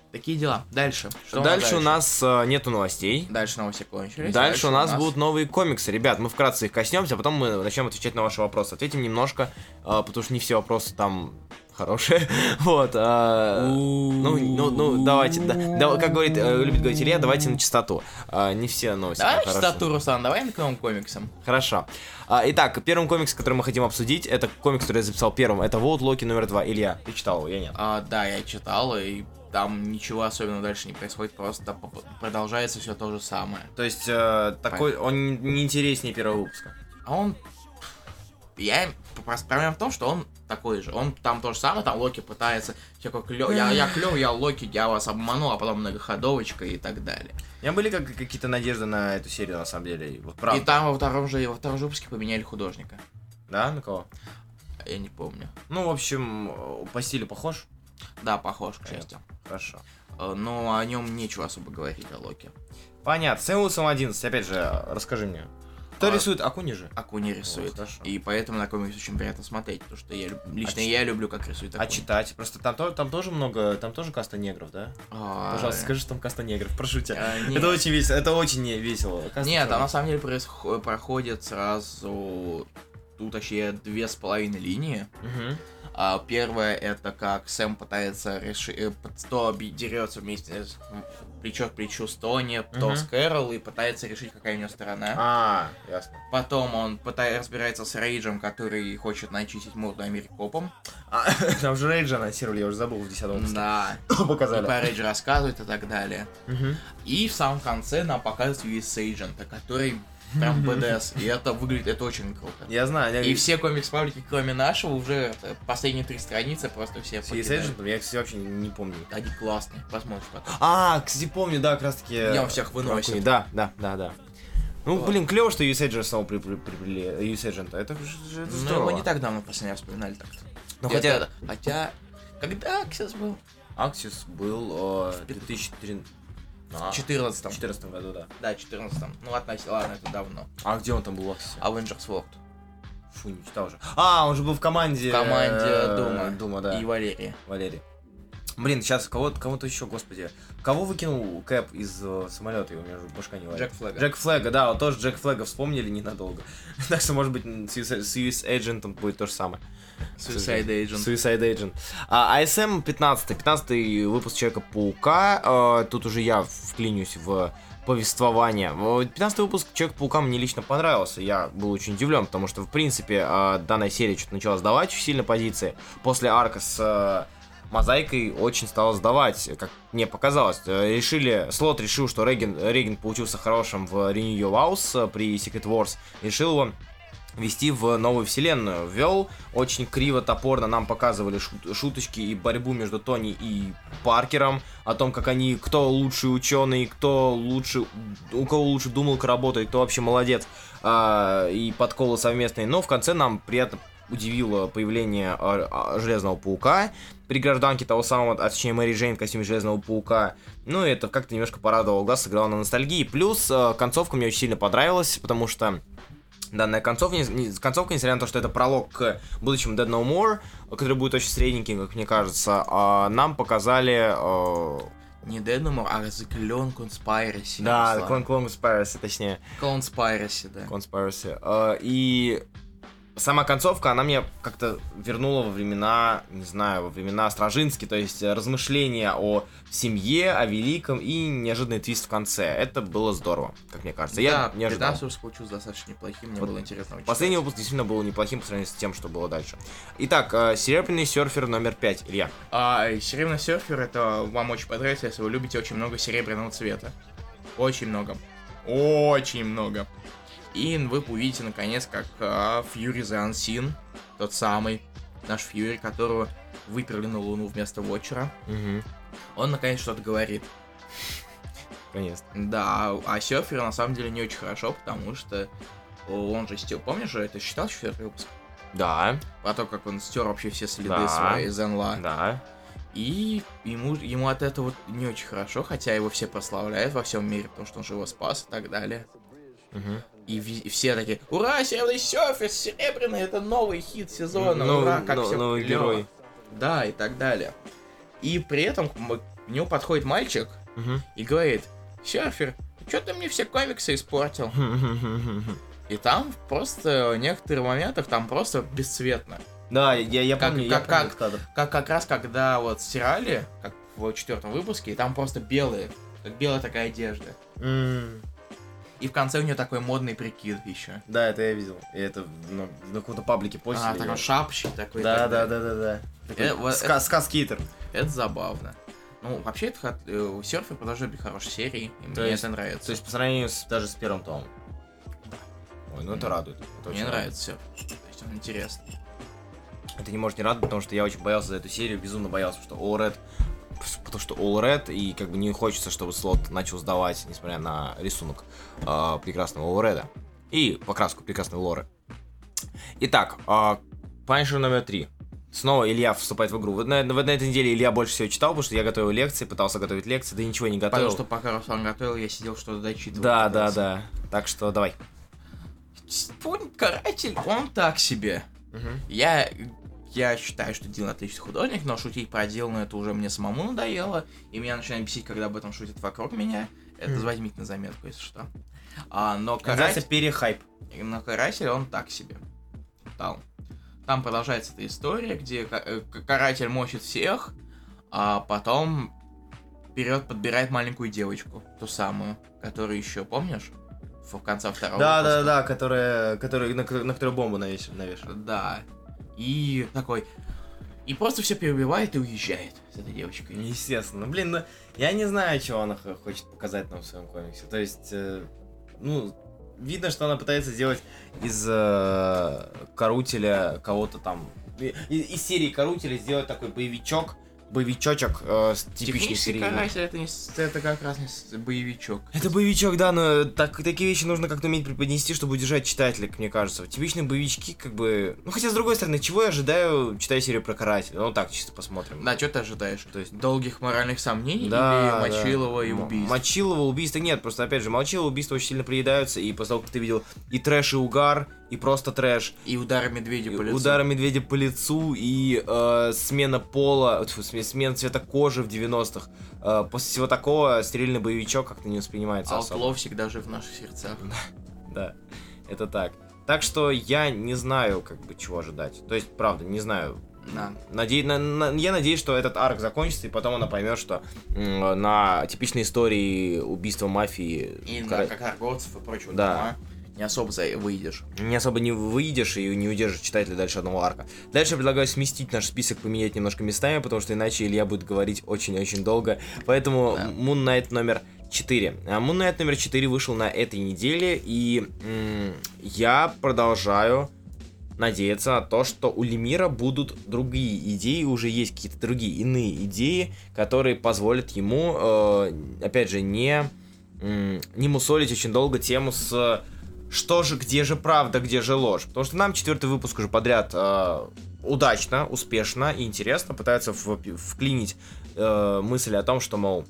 [SPEAKER 1] Такие дела. Дальше. Что
[SPEAKER 2] дальше у нас э, нету новостей.
[SPEAKER 1] Дальше новости кончились.
[SPEAKER 2] Дальше, у нас, будут новые комиксы. Ребят, мы вкратце их коснемся, а потом мы начнем отвечать на ваши вопросы. Ответим немножко, э, потому что не все вопросы там хорошие. Вот. э, Ну, ну, ну, давайте, да, да, как говорит, э, любит говорить Илья, давайте на чистоту. А, не все новости.
[SPEAKER 1] Давай на
[SPEAKER 2] хорошие.
[SPEAKER 1] чистоту, Руслан, давай к новым комиксам.
[SPEAKER 2] Хорошо. А, итак, первым комикс, который мы хотим обсудить, это комикс, который я записал первым. Это Волт Локи номер два. Илья, ты читал его, я нет.
[SPEAKER 1] А, да, я читал, и там ничего особенного дальше не происходит, просто поп- продолжается все то же самое.
[SPEAKER 2] То есть, э, такой, он не интереснее первого выпуска.
[SPEAKER 1] А он... Я... просто Проблема в том, что он такой же. Он там то же самое, там Локи пытается... Всякой клё... я, я клёв, я Локи, я вас обманул, а потом многоходовочка и так далее.
[SPEAKER 2] У меня были как- какие-то надежды на эту серию, на самом деле. и Вот правда.
[SPEAKER 1] И там во втором же, во втором же выпуске поменяли художника.
[SPEAKER 2] Да, на кого?
[SPEAKER 1] Я не помню.
[SPEAKER 2] Ну, в общем, э, по стилю похож.
[SPEAKER 1] Да, похож, к счастью.
[SPEAKER 2] Хорошо.
[SPEAKER 1] Э, Но о нем нечего особо говорить, о Локи.
[SPEAKER 2] Понятно. Сэм Уилсон 11, опять же, э, расскажи мне. Кто
[SPEAKER 1] А,
[SPEAKER 2] рисует Акуни же?
[SPEAKER 1] Акуни
[SPEAKER 2] О,
[SPEAKER 1] рисует.
[SPEAKER 2] хорошо.
[SPEAKER 1] и поэтому на комикс очень приятно смотреть, потому что я, люб- лично
[SPEAKER 2] А чит-
[SPEAKER 1] я люблю, как рисует
[SPEAKER 2] А
[SPEAKER 1] Акуни.
[SPEAKER 2] читать? Просто там, то- там тоже много, там тоже каста негров, да?
[SPEAKER 1] А,
[SPEAKER 2] Пожалуйста, скажи, что там каста негров, прошу тебя.
[SPEAKER 1] э, нет.
[SPEAKER 2] Это очень весело, это очень не весело. Каста
[SPEAKER 1] Нет, там
[SPEAKER 2] черных.
[SPEAKER 1] на самом деле происхо- проходит сразу... Тут вообще две с половиной линии.
[SPEAKER 2] Мгм.
[SPEAKER 1] А, первая это как Сэм пытается решить... То би- дерется вместе с... плечо к плечу с Тони, то
[SPEAKER 2] Мгм.
[SPEAKER 1] с Кэрол и пытается решить, какая у него сторона.
[SPEAKER 2] А, ясно.
[SPEAKER 1] Потом он пытается разбирается с Рейджем, который хочет начистить морду Америку копом.
[SPEAKER 2] А, Там же Рейджа анонсировали, я уже забыл в 10 выпуске.
[SPEAKER 1] Да. И
[SPEAKER 2] Показали.
[SPEAKER 1] про Рейджа рассказывает и так далее.
[SPEAKER 2] Мгм.
[SPEAKER 1] И в самом конце нам показывают US Agent, который прям БДС. И это выглядит, это очень круто.
[SPEAKER 2] Я знаю, я...
[SPEAKER 1] И все комикс-паблики, кроме нашего, уже это, последние три страницы просто все
[SPEAKER 2] с Кейс
[SPEAKER 1] покидают.
[SPEAKER 2] Эджентом я, кстати, вообще не помню.
[SPEAKER 1] Они классные, посмотришь потом.
[SPEAKER 2] А, кстати, помню, да, как раз таки...
[SPEAKER 1] Я вам всех выносит.
[SPEAKER 2] Да, да, да, да. Ну,
[SPEAKER 1] Вот.
[SPEAKER 2] блин, клево, что US Agent снова при- при- приплели. US Agent, это, ж- это
[SPEAKER 1] Но
[SPEAKER 2] здорово.
[SPEAKER 1] его Ну, не так давно в последний раз вспоминали так-то.
[SPEAKER 2] Ну,
[SPEAKER 1] Где-то-
[SPEAKER 2] хотя
[SPEAKER 1] Хотя... Когда Аксис был?
[SPEAKER 2] Аксис был э, в 2013...
[SPEAKER 1] В 14
[SPEAKER 2] 14 году, да.
[SPEAKER 1] А. Да, 14 Ну, относительно, ладно, это давно.
[SPEAKER 2] А где он там был, Аксис?
[SPEAKER 1] Avengers World.
[SPEAKER 2] Фу, не читал уже. А, он же был в команде...
[SPEAKER 1] В команде
[SPEAKER 2] э,
[SPEAKER 1] Дума.
[SPEAKER 2] Дума, да.
[SPEAKER 1] И Валерия.
[SPEAKER 2] Валерий. Блин, сейчас кого-то кого еще, господи. Кого выкинул Кэп из э, самолета? Его у меня же башка не варит.
[SPEAKER 1] Джек Флэг.
[SPEAKER 2] Джек Флэга, да, вот тоже Джек Флэга вспомнили ненадолго. так что, может быть, м, с US, с US Agent будет то же самое.
[SPEAKER 1] Suicide Agent.
[SPEAKER 2] Suicide Agent. А, ASM 15, 15 выпуск Человека-паука. Э, тут уже я вклинюсь в повествование. Э, 15 выпуск Человека-паука мне лично понравился. Я был очень удивлен, потому что, в принципе, э, данная серия что-то начала сдавать очень сильно позиции. После арка с э, мозаикой очень стало сдавать, как мне показалось. Э, Решили, Слот решил, что Реген, Реген получился хорошим в Renew Your House э, при Secret Wars. Решил его вести в новую вселенную. Вел очень криво, топорно нам показывали шу- шуточки и борьбу между Тони и Паркером о том, как они, кто лучший ученый, кто лучше, у кого лучше думалка работает, кто вообще молодец, а, и подколы совместные. Но в конце нам приятно удивило появление а, а, Железного Паука при гражданке того самого, а точнее Мэри Джейн в костюме Железного Паука. Ну, и это как-то немножко порадовало глаз, сыграло на ностальгии. Плюс а, концовка мне очень сильно понравилась, потому что данная концовка, не- не- концовка, несмотря на то, что это пролог к будущему Dead No More, который будет очень средненьким, как мне кажется, а, нам показали... а,
[SPEAKER 1] Не Денумор, а Клон Конспайреси.
[SPEAKER 2] да, Clone Clone Conspiracy, точнее.
[SPEAKER 1] Клон Спайреси, да.
[SPEAKER 2] Conspiracy. А, и сама концовка, она меня как-то вернула во времена, не знаю, во времена Стражински, то есть э, размышления о семье, о великом и неожиданный твист в конце. Это было здорово, как мне кажется. Я
[SPEAKER 1] да,
[SPEAKER 2] не ожидал.
[SPEAKER 1] «Предатель» получился достаточно неплохим, мне
[SPEAKER 2] Вот
[SPEAKER 1] было интересно его читать.
[SPEAKER 2] Последний выпуск действительно был неплохим по сравнению с тем, что было дальше. Итак, э, серебряный серфер номер 5. Илья.
[SPEAKER 1] А, и серебряный серфер это вам очень понравится, если вы любите очень много серебряного цвета. Очень много. Очень много. И вы увидите наконец, как а, Фьюри The Unseen, тот самый наш Фьюри, которого выперли на Луну вместо Вотчера,
[SPEAKER 2] Угу.
[SPEAKER 1] он наконец что-то говорит.
[SPEAKER 2] Конец.
[SPEAKER 1] Да, а- а серфер на самом деле не очень хорошо, потому что он же стер. Помнишь, же, это считал четвертый выпуск?
[SPEAKER 2] Да,
[SPEAKER 1] Про то, как он стер вообще все следы
[SPEAKER 2] Да.
[SPEAKER 1] свои Зенла.
[SPEAKER 2] да.
[SPEAKER 1] И ему, ему от этого не очень хорошо, хотя его все прославляют во всем мире, потому что он же его спас и так далее.
[SPEAKER 2] Мгм.
[SPEAKER 1] И, ви- и все такие, ура, серебряный серфер, серебряный, это новый хит сезона,
[SPEAKER 2] Ну,
[SPEAKER 1] ура, как
[SPEAKER 2] ну-
[SPEAKER 1] все
[SPEAKER 2] новый герой.
[SPEAKER 1] Да, и так далее. И при этом к м- к нему подходит мальчик и говорит, серфер, что ты мне все комиксы испортил?
[SPEAKER 2] Мгм.
[SPEAKER 1] И там просто в некоторых моментах там просто бесцветно.
[SPEAKER 2] Да, я, я
[SPEAKER 1] Как-
[SPEAKER 2] помню, я
[SPEAKER 1] как-
[SPEAKER 2] помню
[SPEAKER 1] как-
[SPEAKER 2] этот кадр.
[SPEAKER 1] Как как раз когда вот стирали, как в четвертом выпуске, и там просто белые, как белая такая одежда.
[SPEAKER 2] М.
[SPEAKER 1] И в конце у нее такой модный прикид еще.
[SPEAKER 2] Да, это я видел. И это на, на каком-то паблике
[SPEAKER 1] А,
[SPEAKER 2] постили.
[SPEAKER 1] такой шапочки такой. и
[SPEAKER 2] да,
[SPEAKER 1] так
[SPEAKER 2] да,
[SPEAKER 1] далее.
[SPEAKER 2] да, да, да.
[SPEAKER 1] Э, вот
[SPEAKER 2] Ска- Сказкитер.
[SPEAKER 1] Это забавно. Ну, вообще, это хот- э, у серфер продолжает быть хорошей серией, и
[SPEAKER 2] То
[SPEAKER 1] мне
[SPEAKER 2] есть-
[SPEAKER 1] это нравится.
[SPEAKER 2] То есть по сравнению с, даже с первым томом. Ой, ну это радует. Это очень
[SPEAKER 1] мне нравится все. То есть он интересный.
[SPEAKER 2] радует. Это А не может не радовать, потому что я очень боялся за эту серию, безумно боялся, потому что All Red потому что All Red, и как бы не хочется, чтобы слот начал сдавать, несмотря на рисунок э, прекрасного All Red. И покраску прекрасной Лоры. Итак, э, Punisher номер три. Снова Илья вступает в игру. Вот на, на этой неделе Илья больше всего читал, потому что я готовил лекции, пытался готовить лекции, да ничего не готовил.
[SPEAKER 1] Потому что пока Руслан готовил, я сидел что-то дочитывал.
[SPEAKER 2] Да, да, да. Так что давай.
[SPEAKER 1] Пунь, каратель, он так себе. Я, я считаю, что Дилан отличный художник, но шутить про Дилана это уже мне самому надоело, и меня начинает бесить, когда об этом шутят вокруг меня. Это
[SPEAKER 2] Мгм.
[SPEAKER 1] возьмите на заметку, если что. А, но,
[SPEAKER 2] Называется
[SPEAKER 1] каратель,
[SPEAKER 2] перехайп.
[SPEAKER 1] но каратель он так себе. Там. Там продолжается эта история, где ка- э, к- каратель мочит всех, а потом вперед подбирает маленькую девочку, ту самую, которую еще помнишь? В конце второго
[SPEAKER 2] Да,
[SPEAKER 1] выпуска?
[SPEAKER 2] да, да, которая, которая, на, на которую бомбу навеш- навешивают.
[SPEAKER 1] Да. И такой... И просто все перебивает и уезжает с этой девочкой.
[SPEAKER 2] Естественно. Блин, ну, я не знаю, чего она хо- хочет показать нам в своем комиксе. То есть, э, ну, видно, что она пытается сделать из э, Карутеля кого-то там... и- и- Из, серии Карутеля сделать такой боевичок, боевичочек э, с типичной
[SPEAKER 1] Технически
[SPEAKER 2] серии.
[SPEAKER 1] каратель это, не, с- это как раз не с- боевичок.
[SPEAKER 2] Это боевичок, да, но так, такие вещи нужно как-то уметь преподнести, чтобы удержать читателя, как мне кажется. Типичные боевички, как бы... Ну, хотя, с другой стороны, чего я ожидаю, читая серию про карателя? Ну, так, чисто посмотрим.
[SPEAKER 1] Да, что ты ожидаешь?
[SPEAKER 2] То есть...
[SPEAKER 1] Долгих моральных сомнений
[SPEAKER 2] Да,
[SPEAKER 1] или
[SPEAKER 2] да.
[SPEAKER 1] Мочилова и
[SPEAKER 2] М-
[SPEAKER 1] убийств?
[SPEAKER 2] Мочилова, убийства нет, просто, опять же, Мочилова, убийства очень сильно приедаются, и после того, как ты видел и трэш, и угар, и просто трэш,
[SPEAKER 1] И удары медведя по лицу.
[SPEAKER 2] удара медведя по лицу, и э, смена пола, тьфу, сме- смена цвета кожи в 90-х, э, после всего такого стерильный боевичок как-то не воспринимается особо.
[SPEAKER 1] Outlaw всегда жив в наших сердцах.
[SPEAKER 2] Да, это так. Так что я не знаю, как бы, чего ожидать. То есть, правда, не знаю.
[SPEAKER 1] Да.
[SPEAKER 2] Наде- на- на- я надеюсь, что этот арк закончится, и потом она поймет, что м, на типичной истории убийства мафии
[SPEAKER 1] И на-
[SPEAKER 2] кара-
[SPEAKER 1] как торговцев и прочего
[SPEAKER 2] Да.
[SPEAKER 1] дерьма не особо за... выйдешь.
[SPEAKER 2] не особо не выйдешь и не удержишь читателя дальше одного арка. Дальше я предлагаю сместить наш список, поменять немножко местами, потому что иначе Илья будет говорить очень-очень долго. Поэтому
[SPEAKER 1] Да.
[SPEAKER 2] Moon Knight номер 4. А Moon Knight номер 4 вышел на этой неделе, и м, я продолжаю надеяться на то, что у Лемира будут другие идеи, уже есть какие-то другие иные идеи, которые позволят ему, э, опять же, не, м, не мусолить очень долго тему с что же, где же правда, где же ложь. Потому что нам четвертый выпуск уже подряд э, удачно, успешно и интересно пытаются вп- вклинить э, мысль о том, что, мол,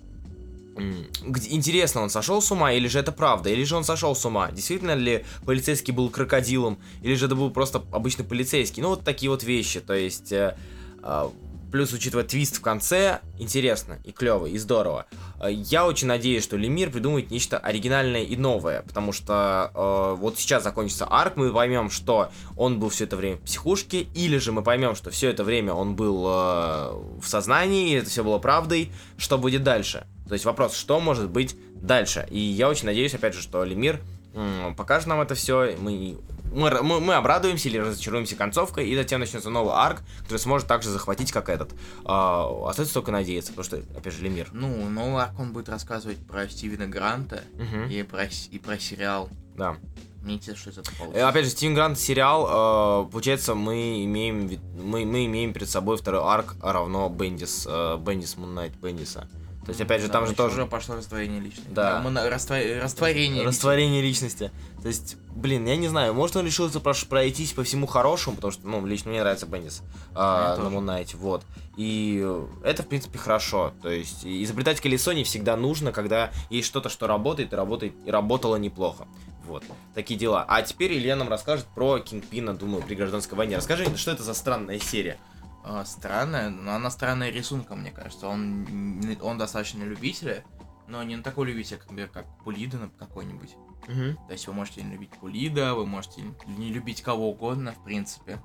[SPEAKER 2] м, где- интересно, он сошел с ума, или же это правда, или же он сошел с ума, действительно ли полицейский был крокодилом, или же это был просто обычный полицейский, ну вот такие вот вещи, то есть, э, а, плюс учитывая твист в конце, интересно, и клево, и здорово. Э, Я очень надеюсь, что Лемир придумает нечто оригинальное и новое, потому что э, вот сейчас закончится арк, мы поймем, что он был все это время в психушке, или же мы поймем, что все это время он был э, в сознании, и это все было правдой, что будет дальше. То есть вопрос, что может быть дальше. И я очень надеюсь, опять же, что Лемир м, покажет нам это все, мы, мы, р- мы, мы обрадуемся или разочаруемся концовкой, и затем начнется новый арк, который сможет также захватить, как этот. А, остается только надеяться, потому что, опять же, Лемир.
[SPEAKER 1] Ну, новый арк он будет рассказывать про Стивена Гранта
[SPEAKER 2] Мгм.
[SPEAKER 1] и про, с- и про сериал.
[SPEAKER 2] Да.
[SPEAKER 1] Мне интересно, что это
[SPEAKER 2] Э,
[SPEAKER 1] получится.
[SPEAKER 2] Опять же, Стивен Грант сериал, э, получается, мы имеем, вид- мы, мы имеем перед собой второй арк а равно Бендис, э, Бендис, Мун Найт Бендиса. То есть, опять же,
[SPEAKER 1] Да,
[SPEAKER 2] там же
[SPEAKER 1] ещё
[SPEAKER 2] тоже
[SPEAKER 1] уже пошло растворение личности.
[SPEAKER 2] Да.
[SPEAKER 1] Мона- раствор- Растворение.
[SPEAKER 2] растворение личности. То есть, блин, я не знаю, может он решился прош- пройтись по всему хорошему, потому что, ну, лично мне нравится Бендис э, на
[SPEAKER 1] тоже.
[SPEAKER 2] Мун Найте, вот. И э, это, в принципе, хорошо. То есть, и изобретать колесо не всегда нужно, когда есть что-то, что работает, и работает, и работало неплохо. Вот, такие дела. А теперь Илья нам расскажет про Кингпина, думаю, при гражданской войне. Расскажи, что это за странная серия?
[SPEAKER 1] А, странная, но она странная рисунком, мне кажется. Он, не- он достаточно любитель, но не на такой любитель, как, например, как Пулида на- какой-нибудь. То есть вы можете не любить Пулида, вы можете не любить кого угодно, в принципе.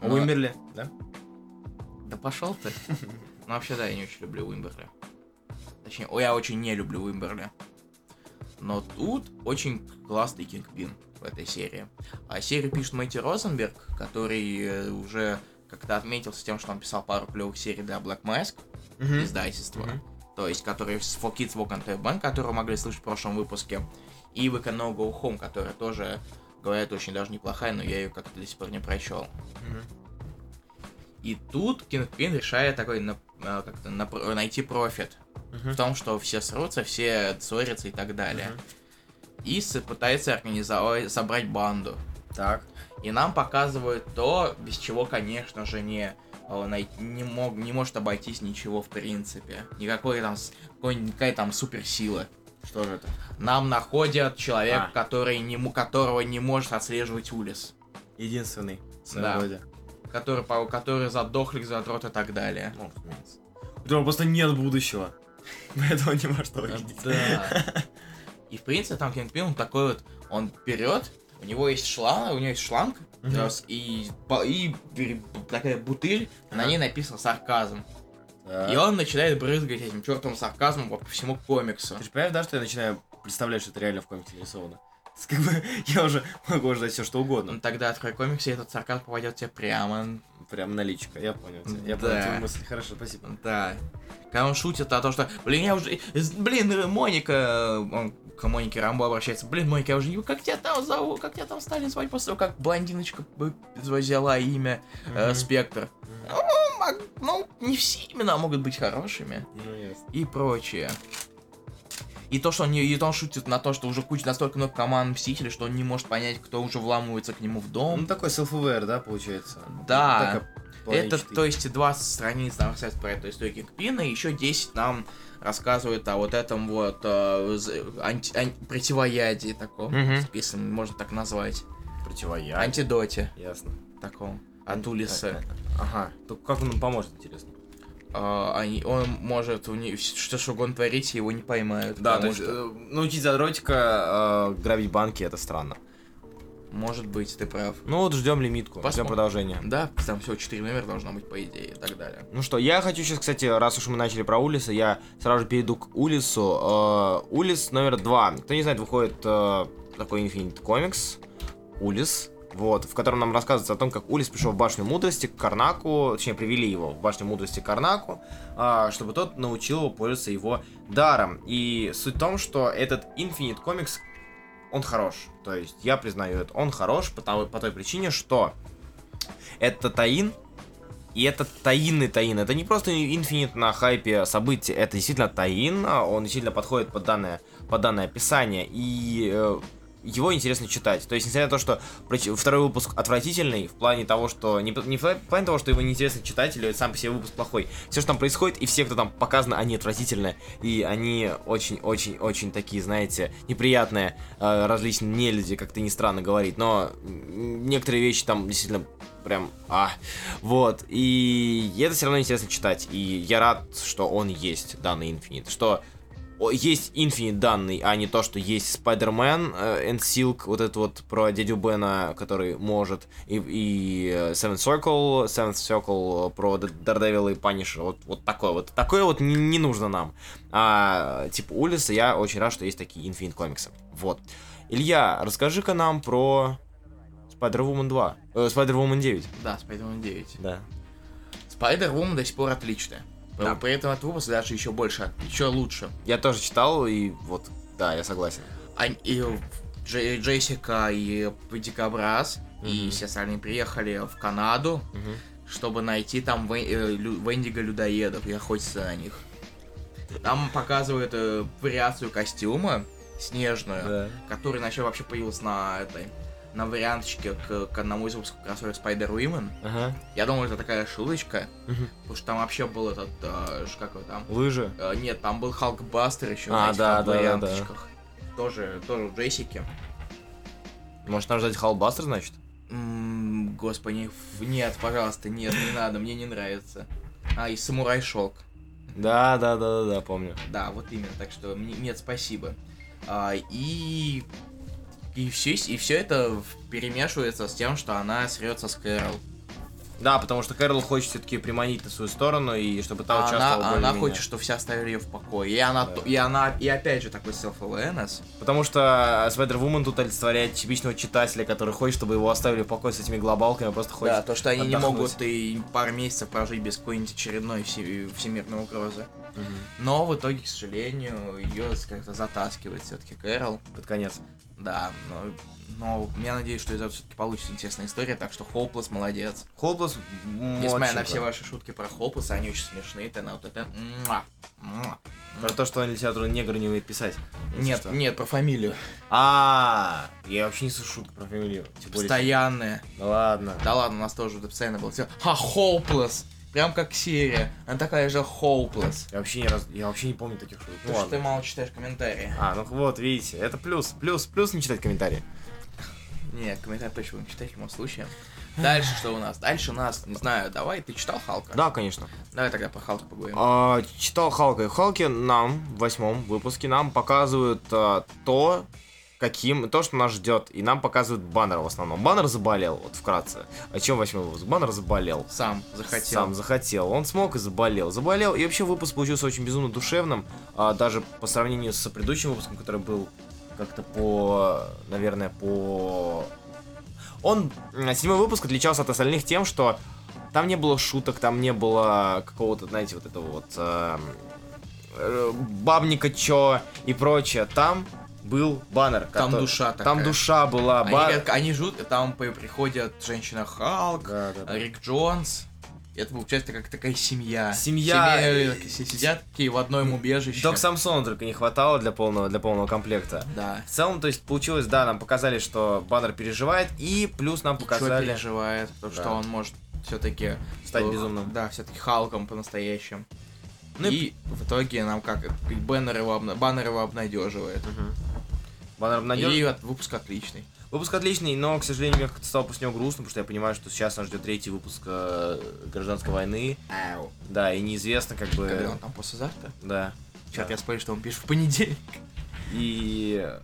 [SPEAKER 2] Ну,
[SPEAKER 1] Но-
[SPEAKER 2] Уимерли, да?
[SPEAKER 1] Да пошел ты. Ну вообще да, я не очень люблю Уимберли. Точнее, о, я очень не люблю Уимберли. Но тут очень классный Кингпин в этой серии. А серию пишет Мэтти Розенберг, который э, уже как-то отметился тем, что он писал пару клевых серий для Black Mask
[SPEAKER 2] Мгм.
[SPEAKER 1] издательства.
[SPEAKER 2] Мгм.
[SPEAKER 1] То есть, которые с For Kids Walk and Toy Bank, которые вы могли слышать в прошлом выпуске. И We Can All Go Home, которая тоже, говорят, очень даже неплохая, но я ее как-то до сих пор не прочел.
[SPEAKER 2] Мгм.
[SPEAKER 1] И тут Кингпин решает такой на- э, как-то напро- найти профит в
[SPEAKER 2] Мгм.
[SPEAKER 1] том, что все срутся, все ссорятся и так далее.
[SPEAKER 2] Мгм.
[SPEAKER 1] И с- пытается организовать, собрать банду.
[SPEAKER 2] Так.
[SPEAKER 1] И нам показывают то, без чего, конечно же, не, э, най- не, мог, не может обойтись ничего в принципе. Никакой там, с- какой- никакая там суперсила.
[SPEAKER 2] Что же это?
[SPEAKER 1] Нам находят человека,
[SPEAKER 2] А.
[SPEAKER 1] который не, му- которого не может отслеживать улис.
[SPEAKER 2] Единственный.
[SPEAKER 1] Да. Который, по- который задохлик, задрот и так далее.
[SPEAKER 2] Ну, разумеется. У тебя просто нет будущего. Поэтому не может увидеть.
[SPEAKER 1] Да. И в принципе там Кингпин, он такой вот, он вперед, у него есть шланг, у него есть шланг,
[SPEAKER 2] Мгм.
[SPEAKER 1] раз, и, по- и пере- такая бутыль, а на
[SPEAKER 2] Ага.
[SPEAKER 1] ней написано сарказм. И он начинает брызгать этим чертовым сарказмом по всему комиксу.
[SPEAKER 2] Ты же понимаешь, да, что я начинаю представлять, что это реально в комиксе нарисовано? То есть, как бы, я уже могу ждать все что
[SPEAKER 1] Ну,
[SPEAKER 2] угодно.
[SPEAKER 1] тогда открой комикс, и этот сарказм попадет тебе прямо.
[SPEAKER 2] Прям наличка. Я понял тебя. Я
[SPEAKER 1] Да.
[SPEAKER 2] понял твою мысль. Хорошо, спасибо.
[SPEAKER 1] Да. Когда он шутит о том, что, блин, я уже, блин, э, Моника, э, он к Монике Рамбо обращается, блин, Моника, я уже не, как тебя там зовут, как тебя там стали звать после того, как блондиночка бы взяла имя э, спектр.
[SPEAKER 2] Мгм.
[SPEAKER 1] Ну, мог- ну, не все имена могут быть хорошими
[SPEAKER 2] Ну, ясно.
[SPEAKER 1] и прочее. И то, что он, не, и то он шутит на то, что уже куча настолько много команд Мстителей, что он не может понять, кто уже вламывается к нему в
[SPEAKER 2] Ну,
[SPEAKER 1] дом.
[SPEAKER 2] такой self-aware, да, получается? а
[SPEAKER 1] Да.
[SPEAKER 2] Такая
[SPEAKER 1] Это,
[SPEAKER 2] планетчатый.
[SPEAKER 1] то есть, 20 страниц нам рассказывают про эту историю Кингпина, и еще 10 нам рассказывают о вот этом вот э, з- анти- ан- противоядии таком,
[SPEAKER 2] Мгм.
[SPEAKER 1] если можно так назвать,
[SPEAKER 2] Противоядие.
[SPEAKER 1] антидоте
[SPEAKER 2] Ясно.
[SPEAKER 1] таком, от Улиса.
[SPEAKER 2] Ага. Только как он нам поможет, интересно?
[SPEAKER 1] А, они, он может у них что ж угодно творить, и его не поймают.
[SPEAKER 2] Да,
[SPEAKER 1] потому
[SPEAKER 2] то есть
[SPEAKER 1] что-
[SPEAKER 2] э, научить задротика э, грабить банки это странно. э,
[SPEAKER 1] Может быть, ты прав.
[SPEAKER 2] Ну вот ждем лимитку, ждем
[SPEAKER 1] Посмотрим.
[SPEAKER 2] продолжение.
[SPEAKER 1] Да, там всего 4 номера должно быть, по идее, и так далее.
[SPEAKER 2] Ну что, я хочу сейчас, кстати, раз уж мы начали про Улиса, я сразу же перейду к Улису. Э, Улис номер два. Кто не знает, выходит э, такой Infinite Comics. Улис. вот, в котором нам рассказывается о том, как Улис пришел в башню мудрости к Карнаку, точнее, привели его в башню мудрости к Карнаку, а, чтобы тот научил его пользоваться его даром. И суть в том, что этот Infinite Comics, он хорош. То есть, я признаю это, он хорош по, того- по той причине, что это Таин, и это таинный Таин. Это не просто инфинит на хайпе событие, это действительно Таин, а, он действительно подходит под данное, под данное описание, и э, его интересно читать. То есть, несмотря на то, что проч- второй выпуск отвратительный, в плане того, что... Не, п- не в пла- в плане того, что его неинтересно читать, или сам по себе выпуск плохой. Все, что там происходит, и все, кто там показано, они отвратительны. И они очень-очень-очень такие, знаете, неприятные, э, различные нелюди, как-то не странно говорить. Но м, некоторые вещи там действительно прям... А, вот. И это все равно интересно читать. И я рад, что он есть, данный Infinite. Что о- есть Infinite данный, а не то, что есть Spider-Man э, and Silk, вот это вот про дядю Бена, который может, и, и э, Seventh Circle, Seventh Circle э, про Д- Daredevil и Punisher, вот, вот такое вот. Такое вот не, не нужно нам. А, типа Улиса, я очень рад, что есть такие Infinite комиксы. Вот. Илья, расскажи-ка нам про Spider-Woman 2, э, Spider-Woman 9.
[SPEAKER 1] Да, Spider-Man 9.
[SPEAKER 2] Да.
[SPEAKER 1] Spider-Woman до сих пор отличная. При-
[SPEAKER 2] Да.
[SPEAKER 1] При этом этот выпуск даже еще больше, еще лучше.
[SPEAKER 2] Я тоже читал, и вот, да, я согласен.
[SPEAKER 1] Ань- и Дже- Джессика и Дикобраз и
[SPEAKER 2] Мгм.
[SPEAKER 1] все остальные приехали в Канаду, чтобы найти там Вен- э, Лю- Вендиго людоедов и охотиться на них. Там показывают э, вариацию костюма снежную,
[SPEAKER 2] Да.
[SPEAKER 1] который начал вообще появился на этой на варианточке к, к одному из выпусков кроссовера Spider Woman.
[SPEAKER 2] Ага.
[SPEAKER 1] Я думаю, это такая шуточка,
[SPEAKER 2] Мгм.
[SPEAKER 1] потому что там вообще был этот, э, ш- как его там,
[SPEAKER 2] Лыжи.
[SPEAKER 1] Э, Нет, там был Халкбастер еще
[SPEAKER 2] А,
[SPEAKER 1] знаете,
[SPEAKER 2] да,
[SPEAKER 1] там в
[SPEAKER 2] да, да,
[SPEAKER 1] варианточках. Тоже, тоже в Джессике.
[SPEAKER 2] Может, нам ждать Халбастер, значит?
[SPEAKER 1] М, господи, ф- нет, пожалуйста, нет, не надо, мне не нравится. А, и Самурай Шелк.
[SPEAKER 2] Да, да, да, да, да, помню.
[SPEAKER 1] Да, вот именно, так что мне- нет, спасибо. А, и и все, и все это в- перемешивается с тем, что она срется с Кэрол.
[SPEAKER 2] Да, потому что Кэрол хочет все-таки приманить на свою сторону и чтобы та
[SPEAKER 1] А
[SPEAKER 2] участвовала
[SPEAKER 1] она, она
[SPEAKER 2] более-менее.
[SPEAKER 1] хочет, чтобы все оставили ее в покое. И она,
[SPEAKER 2] Да.
[SPEAKER 1] то- и она, и опять же такой self
[SPEAKER 2] Потому что Spider Woman тут олицетворяет типичного читателя, который хочет, чтобы его оставили в покое с этими глобалками, а просто
[SPEAKER 1] Да,
[SPEAKER 2] хочет.
[SPEAKER 1] то, что они не
[SPEAKER 2] отдохнуть.
[SPEAKER 1] могут и пару месяцев прожить без какой-нибудь очередной все- всемирной угрозы.
[SPEAKER 2] Мгм.
[SPEAKER 1] Но в итоге, к сожалению, ее как-то затаскивает все-таки Кэрол.
[SPEAKER 2] Под конец.
[SPEAKER 1] Да, но, но я надеюсь, что из этого все-таки получится интересная история, так что Хоплес молодец.
[SPEAKER 2] Холблас.
[SPEAKER 1] Несмотря на все ваши шутки про Хоплеса, они очень смешные, т.н. вот это... муа, муа.
[SPEAKER 2] Про то, что он литературу негр не умеет писать. если
[SPEAKER 1] Нет,
[SPEAKER 2] что.
[SPEAKER 1] нет, про фамилию.
[SPEAKER 2] А, я вообще не слышу шутку про фамилию. Тем более-
[SPEAKER 1] Постоянная.
[SPEAKER 2] Да ладно.
[SPEAKER 1] Да ладно, у нас тоже это постоянно было. Всё, Ха, Хоплес! Прям как серия. Она такая же Хоплес.
[SPEAKER 2] Я вообще не раз, я вообще не помню таких шуток. Ну
[SPEAKER 1] Потому что
[SPEAKER 2] ладно.
[SPEAKER 1] ты мало читаешь комментарии.
[SPEAKER 2] А, ну вот, видите, это плюс, плюс, плюс не читать комментарии.
[SPEAKER 1] Не, комментарий точно будем читать в любом случае. Дальше что у нас? Дальше у нас, не знаю, давай, ты читал Халка?
[SPEAKER 2] Да, конечно.
[SPEAKER 1] Давай тогда про Халка поговорим.
[SPEAKER 2] А, читал Халка. И в Халке нам в восьмом выпуске нам показывают а, то, каким, то, что нас ждет. И нам показывают баннер в основном. Баннер заболел, вот вкратце. О чем восьмой выпуск? Баннер заболел.
[SPEAKER 1] Сам захотел.
[SPEAKER 2] Сам захотел. Он смог и заболел. Заболел. И вообще выпуск получился очень безумно душевным. а, даже по сравнению с предыдущим выпуском, который был как-то по... Наверное, по... Он, м, седьмой выпуск отличался от остальных тем, что там не было шуток, там не было какого-то, знаете, вот этого вот эм, э, бабника чё и прочее. Там был баннер.
[SPEAKER 1] Там
[SPEAKER 2] кото-
[SPEAKER 1] душа такая. А
[SPEAKER 2] Там душа была.
[SPEAKER 1] Они,
[SPEAKER 2] ба-
[SPEAKER 1] как- они жут, там при- приходят женщина Халк,
[SPEAKER 2] Да, да, да.
[SPEAKER 1] Рик Джонс. И Это получается как такая семья.
[SPEAKER 2] Семья.
[SPEAKER 1] Семья, э, все сидят такие в одном убежище.
[SPEAKER 2] Док Самсона только не хватало для полного, для полного комплекта.
[SPEAKER 1] Да.
[SPEAKER 2] В целом, то есть, получилось, да, нам показали, что баннер переживает, и плюс нам
[SPEAKER 1] Чего
[SPEAKER 2] показали...
[SPEAKER 1] переживает, потому
[SPEAKER 2] Да.
[SPEAKER 1] что он может все-таки
[SPEAKER 2] Стать безумным.
[SPEAKER 1] Да, все-таки Халком по-настоящему.
[SPEAKER 2] Ну
[SPEAKER 1] и, в итоге нам как баннер его, обна- баннер его обнадеживает.
[SPEAKER 2] Мгм. Баннер обнадежен.
[SPEAKER 1] И от- выпуск отличный.
[SPEAKER 2] Выпуск отличный, но, к сожалению, мне как-то стало после него грустно, потому что я понимаю, что сейчас нас ждет третий выпуск э, гражданской войны. Да, и неизвестно, как бы...
[SPEAKER 1] Когда он там послезавтра?
[SPEAKER 2] Да.
[SPEAKER 1] Черт, я спорю, что он пишет в понедельник.
[SPEAKER 2] И э,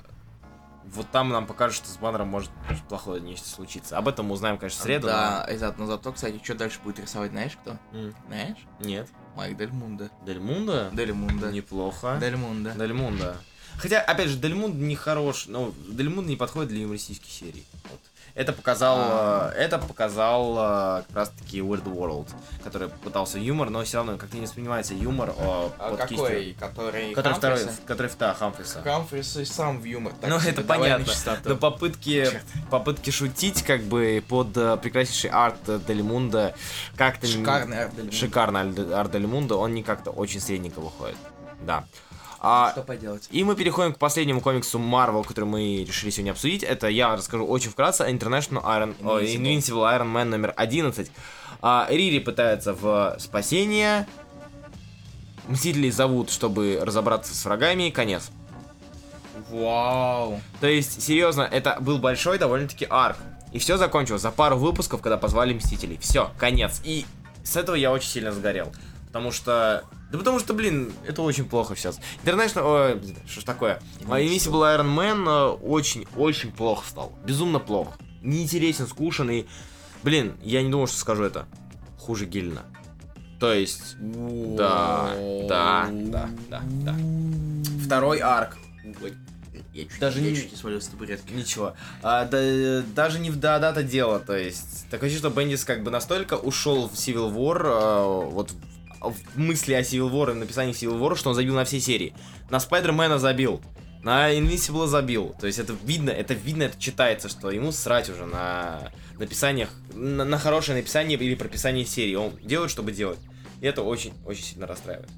[SPEAKER 2] вот там нам покажут, что с баннером может что плохое нечто случиться. Об этом мы узнаем, конечно, в среду.
[SPEAKER 1] Да, и за- но зато, кстати, что дальше будет рисовать, знаешь кто?
[SPEAKER 2] но- М,
[SPEAKER 1] Знаешь?
[SPEAKER 2] Нет.
[SPEAKER 1] Майк Дель Мунда.
[SPEAKER 2] Дельмунда?
[SPEAKER 1] Дель Мунда.
[SPEAKER 2] Неплохо.
[SPEAKER 1] Дель Мунда.
[SPEAKER 2] ну, Дельмунда. Хотя, опять же, Дельмунд не хорош, но Дельмунд не подходит для юмористических серий. Вот. Это показал,
[SPEAKER 1] А.
[SPEAKER 2] э, это показал э, как раз-таки Weird World, который пытался юмор, но все равно как-то не воспринимается юмор э,
[SPEAKER 1] А
[SPEAKER 2] под
[SPEAKER 1] какой?
[SPEAKER 2] кистью.
[SPEAKER 1] Который,
[SPEAKER 2] Который второй,
[SPEAKER 1] Хамфриса?
[SPEAKER 2] который в- да, Хамфриса.
[SPEAKER 1] Хамфрис и сам в юмор. так
[SPEAKER 2] Ну,
[SPEAKER 1] себе
[SPEAKER 2] это
[SPEAKER 1] довольно
[SPEAKER 2] понятно.
[SPEAKER 1] чистоту.
[SPEAKER 2] Но попытки,
[SPEAKER 1] Чёрт.
[SPEAKER 2] попытки шутить как бы под э, прекраснейший арт э, Дель Мунда как-то... не-
[SPEAKER 1] Шикарный арт
[SPEAKER 2] Шикарно арт- арт Дель Мунда, он не как-то очень средненько выходит. Да. А,
[SPEAKER 1] Что поделать?
[SPEAKER 2] и мы переходим к последнему комиксу Marvel, который мы решили сегодня обсудить. Это я расскажу очень вкратце. International Iron... о,
[SPEAKER 1] Invincible.
[SPEAKER 2] Invincible Iron Man номер 11. А, Рири пытается в спасение. Мстителей зовут, чтобы разобраться с врагами. Конец.
[SPEAKER 1] Вау.
[SPEAKER 2] То есть, серьезно, это был большой довольно-таки арк. И все закончилось за пару выпусков, когда позвали Мстителей. Все, конец. И с этого я очень сильно сгорел. Потому что... Да потому что, блин, это очень плохо сейчас. Интернешнл... Ой, что ж такое? А Invisible Iron Man очень-очень плохо стал. Безумно плохо. Неинтересен, скушен и... Блин, я не думал, что скажу это. Хуже Гильна. То есть... Да, да, да, да, да. Второй арк.
[SPEAKER 1] Я чуть,
[SPEAKER 2] Даже
[SPEAKER 1] Даже я
[SPEAKER 2] не-
[SPEAKER 1] не... чуть не свалился с табуретки.
[SPEAKER 2] Ничего. А, да- даже не в да-да-то дело, то есть. Такое ощущение, что Бендис как бы настолько ушел в Civil War, а, вот в- в мысли о Civil War и в написании Civil War, что он забил на все серии. На Спайдермена забил, на Invincible забил. То есть это видно, это видно, это читается, что ему срать уже на написаниях, на, на хорошее написание или прописание серии. Он делает, чтобы делать. И это очень-очень сильно расстраивает.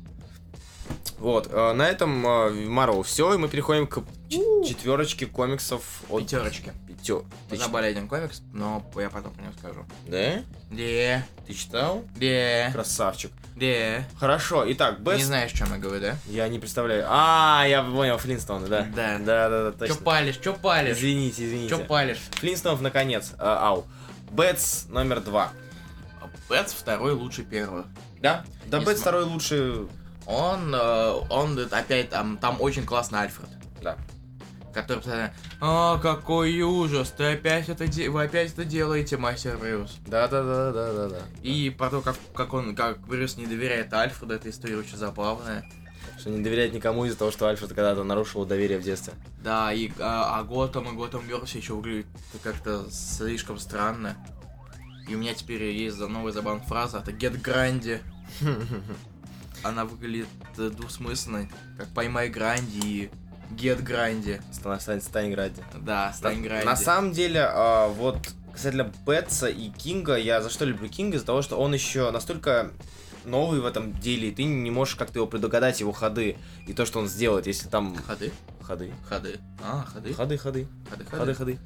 [SPEAKER 2] Вот, э, на этом э, Marvel все, и мы переходим к чет- четверочке комиксов от
[SPEAKER 1] Пятерочки.
[SPEAKER 2] Пятё...
[SPEAKER 1] Мы
[SPEAKER 2] Ты ч-
[SPEAKER 1] забыли один комикс, но я потом про него скажу.
[SPEAKER 2] Да?
[SPEAKER 1] Де,
[SPEAKER 2] Ты читал?
[SPEAKER 1] де,
[SPEAKER 2] Красавчик.
[SPEAKER 1] де.
[SPEAKER 2] Хорошо, итак,
[SPEAKER 1] Ты
[SPEAKER 2] Бест...
[SPEAKER 1] Не знаешь, о чем я говорю, да?
[SPEAKER 2] Я не представляю. А, я понял, Флинстоуны, да?
[SPEAKER 1] Да.
[SPEAKER 2] Да, да, да,
[SPEAKER 1] Че
[SPEAKER 2] точно.
[SPEAKER 1] палишь, че палишь?
[SPEAKER 2] Извините, извините.
[SPEAKER 1] Че палишь?
[SPEAKER 2] Флинстоунов, наконец. А, ау. Бэтс номер два.
[SPEAKER 1] Бэтс второй лучше первого.
[SPEAKER 2] Да? Да,
[SPEAKER 1] Не см-
[SPEAKER 2] Бэтс второй лучше...
[SPEAKER 1] Он, э, он э, опять там, там очень классный Альфред.
[SPEAKER 2] Да.
[SPEAKER 1] Который постоянно, а, какой ужас, ты опять это, де- вы опять это делаете, мастер Брюс.
[SPEAKER 2] Да, да, да, да, да, да.
[SPEAKER 1] И про то, как, как он, как Брюс не доверяет Альфреду, эта история очень забавная.
[SPEAKER 2] Что не доверять никому из-за того, что Альфред когда-то нарушил доверие в детстве.
[SPEAKER 1] Да, и а, а Готэм и Готэм Гёрс еще выглядит как-то слишком странно. И у меня теперь есть за- новая забавная фраза, это Get Гранди. Она выглядит э, двусмысленной, как Поймай Гранди и Get Гранди.
[SPEAKER 2] Стань, стань, стань играть.
[SPEAKER 1] Да, Стань Гранди.
[SPEAKER 2] На самом деле, а, вот касательно Бетса и Кинга, я за что люблю Кинга? Из-за того, что он еще настолько новый в этом деле, и ты не можешь как-то его предугадать, его ходы, и то, что он сделает, если там...
[SPEAKER 1] Ходы,
[SPEAKER 2] Ходы.
[SPEAKER 1] ходы. А, ходы,
[SPEAKER 2] Ходы, ходы.
[SPEAKER 1] ходы,
[SPEAKER 2] Ходы,
[SPEAKER 1] ходы.
[SPEAKER 2] ходы.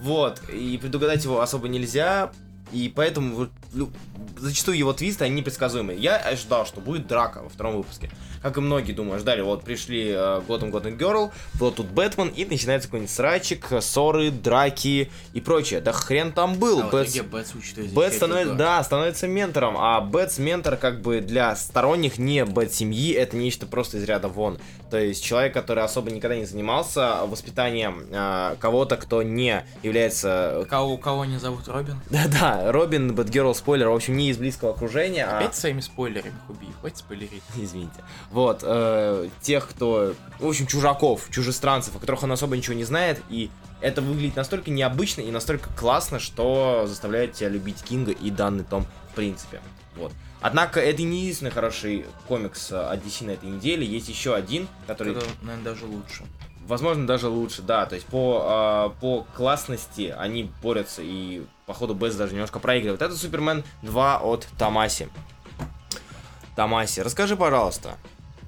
[SPEAKER 2] Вот, и предугадать его особо нельзя, и поэтому вот лю- зачастую его твисты, они непредсказуемые. Я ожидал, что будет драка во втором выпуске. Как и многие, думаю, ждали. Вот пришли э, Готэм Готэм Герл, вот тут Бэтмен, и начинается какой-нибудь срачик, э, ссоры, драки и прочее. Да хрен там был.
[SPEAKER 1] А в
[SPEAKER 2] Бэтс-
[SPEAKER 1] итоге Бэтс учитывает
[SPEAKER 2] Бэт
[SPEAKER 1] здесь
[SPEAKER 2] становится,
[SPEAKER 1] эту-
[SPEAKER 2] да, становится ментором, а Бэтс ментор как бы для сторонних не Бэт семьи, это нечто просто из ряда вон. То есть человек, который особо никогда не занимался воспитанием э, кого-то, кто не является...
[SPEAKER 1] Кого, кого не зовут Робин?
[SPEAKER 2] Да-да, Робин, Бэтгерл, спойлер, в общем, не из близкого окружения, а...
[SPEAKER 1] Опять своими спойлерами хуби, хватит спойлерить.
[SPEAKER 2] Извините. Вот, э, тех, кто... В общем, чужаков, чужестранцев, о которых он особо ничего не знает, и это выглядит настолько необычно и настолько классно, что заставляет тебя любить Кинга и данный том в принципе. Вот. Однако это не единственный хороший комикс э, от DC на этой неделе. Есть еще один, который,
[SPEAKER 1] Это, наверное, даже лучше.
[SPEAKER 2] возможно, даже лучше, да. То есть по, э, по классности они борются и, походу, Бэз даже немножко проигрывает. Это Супермен 2 от Тамаси. Тамаси, расскажи, пожалуйста,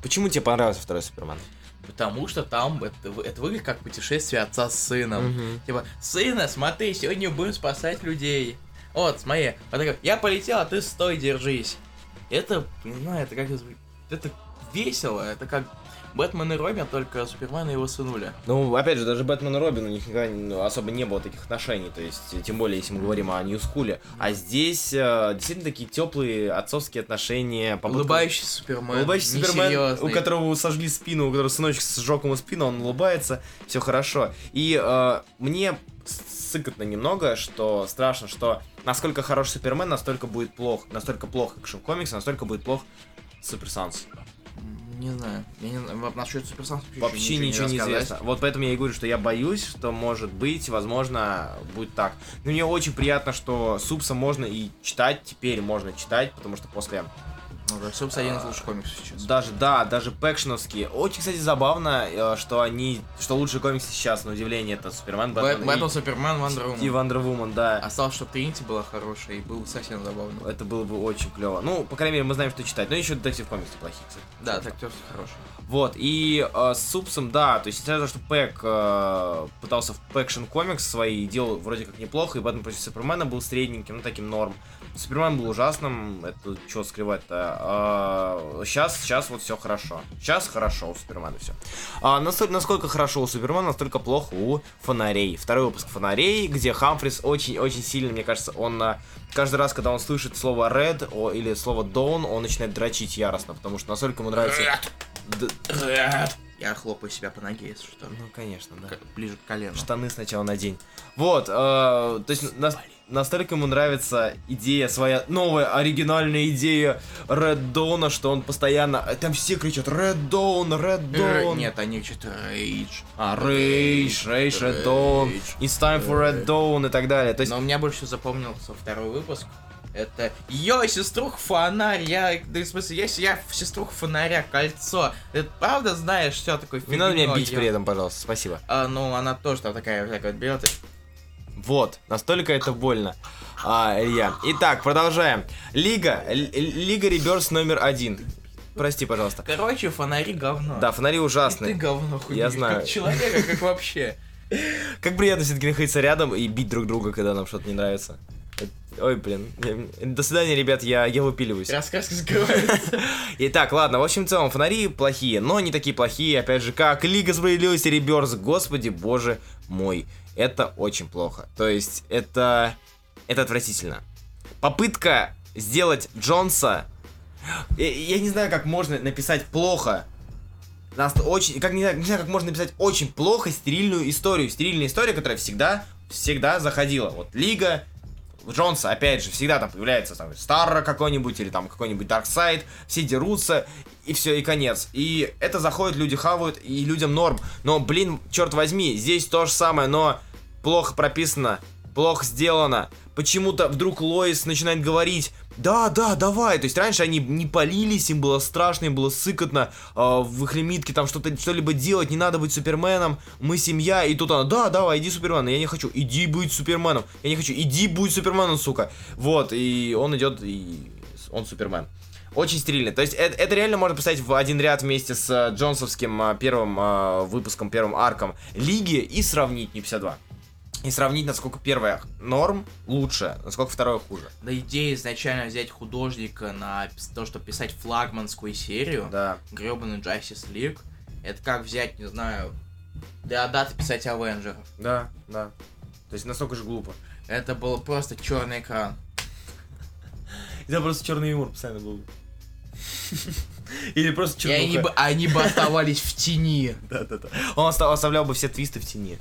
[SPEAKER 2] почему тебе понравился второй Супермен?
[SPEAKER 1] Потому что там это, это выглядит как путешествие отца с сыном. Типа, сына, смотри, сегодня будем спасать людей. Вот, смотри, он такой, я полетел, а ты стой, держись. Это, не знаю, это как это весело, это как Бэтмен и Робин, только Супермен и его сынуля.
[SPEAKER 2] Ну, опять же, даже Бэтмен и Робин у них никогда ну, особо не было таких отношений, то есть, э, тем более, если мы говорим о Нью-Скуле. А здесь э, действительно такие теплые отцовские отношения. попытка-
[SPEAKER 1] Улыбающийся Супермен,
[SPEAKER 2] Улыбающийся Супермен, у
[SPEAKER 1] несерьёзный.
[SPEAKER 2] которому сожгли спину, у которого сыночек сжег ему спину, он улыбается, все хорошо. И э, мне с- сыкотно немного, что страшно, что насколько хорош Супермен, настолько будет плох, настолько плох экшн комикс, настолько будет плох Супер Санс.
[SPEAKER 1] М, Не знаю. Я не знаю. Насчет суперсанкций
[SPEAKER 2] Вообще ничего не
[SPEAKER 1] рассказать.
[SPEAKER 2] известно. Вот поэтому я и говорю, что я боюсь, что может быть, возможно, будет так. Но мне очень приятно, что Супса можно и читать, теперь можно читать, потому что после
[SPEAKER 1] Ну, да, Супс один из
[SPEAKER 2] А,
[SPEAKER 1] лучших комиксов сейчас.
[SPEAKER 2] Даже, да, даже пэкшеновские. Очень, кстати, забавно, э, что они, что лучшие комиксы сейчас, на удивление, это Супермен,
[SPEAKER 1] Бэт-
[SPEAKER 2] Бэтмен,
[SPEAKER 1] Бэтмен, Супермен,
[SPEAKER 2] и,
[SPEAKER 1] Вандер Вумен.
[SPEAKER 2] и Wonder Woman, да.
[SPEAKER 1] Осталось, чтобы Тринити была хорошая и было совсем забавно.
[SPEAKER 2] Это было бы очень клево. Ну, по крайней мере, мы знаем, что читать. Но еще детектив комиксы плохие, кстати.
[SPEAKER 1] Да, так все хороший.
[SPEAKER 2] Вот, и э, с Супсом, да, то есть, несмотря на то, что Пэк э, пытался в Пэкшн комикс свои делал вроде как неплохо, и Бэтмен против Супермена был средненьким, ну, таким норм. Супермен был ужасным, это а, что скрывать-то. сейчас, сейчас вот все хорошо. Сейчас хорошо у Супермена все. насколько хорошо у Супермена, настолько плохо у Фонарей. Второй выпуск Фонарей, где Хамфрис очень-очень сильно, мне кажется, он а, каждый раз, когда он слышит слово Red о- или слово Dawn, он начинает дрочить яростно, потому что настолько ему нравится... Д-
[SPEAKER 1] Я хлопаю себя по ноге, если что.
[SPEAKER 2] ну, конечно, да.
[SPEAKER 1] К- Ближе к колену.
[SPEAKER 2] Штаны сначала надень. Вот, э, то есть нас- настолько ему нравится идея, своя новая оригинальная идея Red Dawn, что он постоянно... э, Там все кричат Red Dawn, Red
[SPEAKER 1] Р-
[SPEAKER 2] Dawn.
[SPEAKER 1] Э, Нет, они что-то рейдж.
[SPEAKER 2] А, Rage, Rage, Red Dawn,
[SPEAKER 1] Rage.
[SPEAKER 2] It's time for Red Dawn и так далее. То есть,
[SPEAKER 1] Но у меня больше всего запомнился второй выпуск. Это Йой, сеструх фонарь, я, да и в смысле, я, с- я в сеструх фонаря кольцо. Ты правда знаешь все такое
[SPEAKER 2] не надо меня бить
[SPEAKER 1] фигнёй?
[SPEAKER 2] при этом, пожалуйста, спасибо.
[SPEAKER 1] А, ну, она тоже там такая, такая вот берет. и-
[SPEAKER 2] Вот, настолько это больно. А, Илья. Итак, продолжаем. Лига, Л- Лига Реберс номер один. Прости, пожалуйста.
[SPEAKER 1] Короче, фонари говно.
[SPEAKER 2] Да, фонари ужасные.
[SPEAKER 1] Ты говно хуйня.
[SPEAKER 2] Я знаю.
[SPEAKER 1] Как человека, как вообще.
[SPEAKER 2] Как приятно все-таки находиться рядом и бить друг друга, когда нам что-то не нравится. Это- Ой, блин. Я- До свидания, ребят, я, я выпиливаюсь.
[SPEAKER 1] Раскраска скрывается.
[SPEAKER 2] Итак, ладно, в общем, в целом, фонари плохие, но не такие плохие, опять же, как Лига Справедливости Реберс. Господи, боже мой, это очень плохо. То есть, это... это отвратительно. Попытка сделать Джонса... Я, я не знаю, как можно написать плохо. Нас очень... Как, не, знаю, не знаю, как можно написать очень плохо стерильную историю. Стерильная история, которая всегда, всегда заходила. Вот Лига, Джонса, опять же, всегда там появляется там Старра какой-нибудь или там какой-нибудь Дарксайд, все дерутся, и все, и конец. И это заходит, люди хавают, и людям норм. Но, блин, черт возьми, здесь то же самое, но плохо прописано, плохо сделано. Почему-то вдруг Лоис начинает говорить, да, да, давай. То есть раньше они не полились, им было страшно, им было сыкотно, а, в их лимитке там что-то, что-либо делать, не надо быть Суперменом, мы семья, и тут она, да, давай, иди Супермен, я не хочу, иди будь Суперменом, я не хочу, иди будь Суперменом, сука. Вот, и он идет, и с- он Супермен. Очень стерильно. То есть э- это, реально можно поставить в один ряд вместе с э, Джонсовским э, первым э, выпуском, первым арком Лиги и сравнить не 52. И сравнить, насколько первое норм лучше, насколько второе хуже.
[SPEAKER 1] Да идея изначально взять художника на пис- то, что писать флагманскую серию,
[SPEAKER 2] Да.
[SPEAKER 1] гребаный Justice League, это как взять, не знаю, да, да, писать Авенджеров.
[SPEAKER 2] Да, да. То есть настолько же глупо.
[SPEAKER 1] Это был просто черный экран.
[SPEAKER 2] Это просто черный юмор постоянно был. Или просто
[SPEAKER 1] И они бы, они бы оставались в тени.
[SPEAKER 2] Да, да, да. Он оста- оставлял бы все твисты в тени.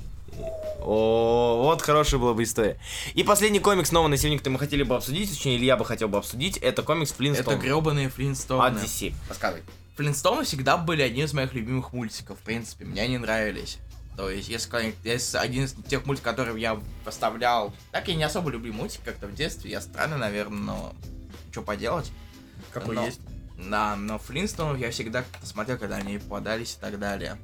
[SPEAKER 2] О, вот хорошая была бы история. И последний комикс нового на сегодня, который мы хотели бы обсудить, точнее, Илья бы хотел бы обсудить, это комикс
[SPEAKER 1] Это
[SPEAKER 2] Флинстон
[SPEAKER 1] гребаные
[SPEAKER 2] от
[SPEAKER 1] Флинстоуны.
[SPEAKER 2] DC. Рассказывай.
[SPEAKER 1] Флинстоуны всегда были одним из моих любимых мультиков, в принципе, мне они нравились. То есть, если, сказать, если один из тех мультиков, которые я поставлял... Так, я не особо люблю мультики как-то в детстве, я странный, наверное, но что поделать.
[SPEAKER 2] Какой
[SPEAKER 1] Но-
[SPEAKER 2] есть?
[SPEAKER 1] Да, но Флинстонов я всегда как-то смотрел, когда они попадались и так далее.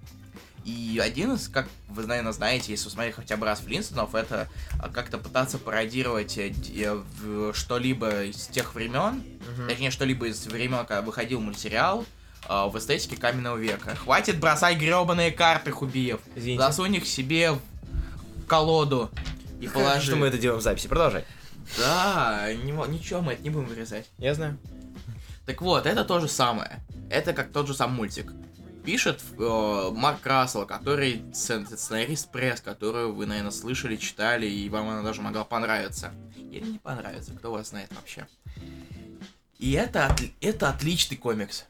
[SPEAKER 1] И один из, как вы, наверное, знаете, если смотреть хотя бы раз Флинстонов, это а, как-то пытаться пародировать э, д- э, в- что-либо из тех времен, Точнее, что-либо из времен, когда выходил мультсериал э, в эстетике каменного века. Хватит бросать гребаные карты, Хубиев.
[SPEAKER 2] Извините.
[SPEAKER 1] Засунь их себе в колоду и
[SPEAKER 2] Положи.
[SPEAKER 1] положи.
[SPEAKER 2] Что мы это делаем в записи. Продолжай.
[SPEAKER 1] Да, не мо- ничего, мы это не будем вырезать.
[SPEAKER 2] Я знаю.
[SPEAKER 1] Так вот, это то же самое. Это как тот же сам мультик. Пишет э, Марк Рассел, который сцен- сценарист пресс, которую вы, наверное, слышали, читали, и вам она даже могла понравиться. Или не понравится, кто вас знает вообще. И это, отли- это отличный комикс.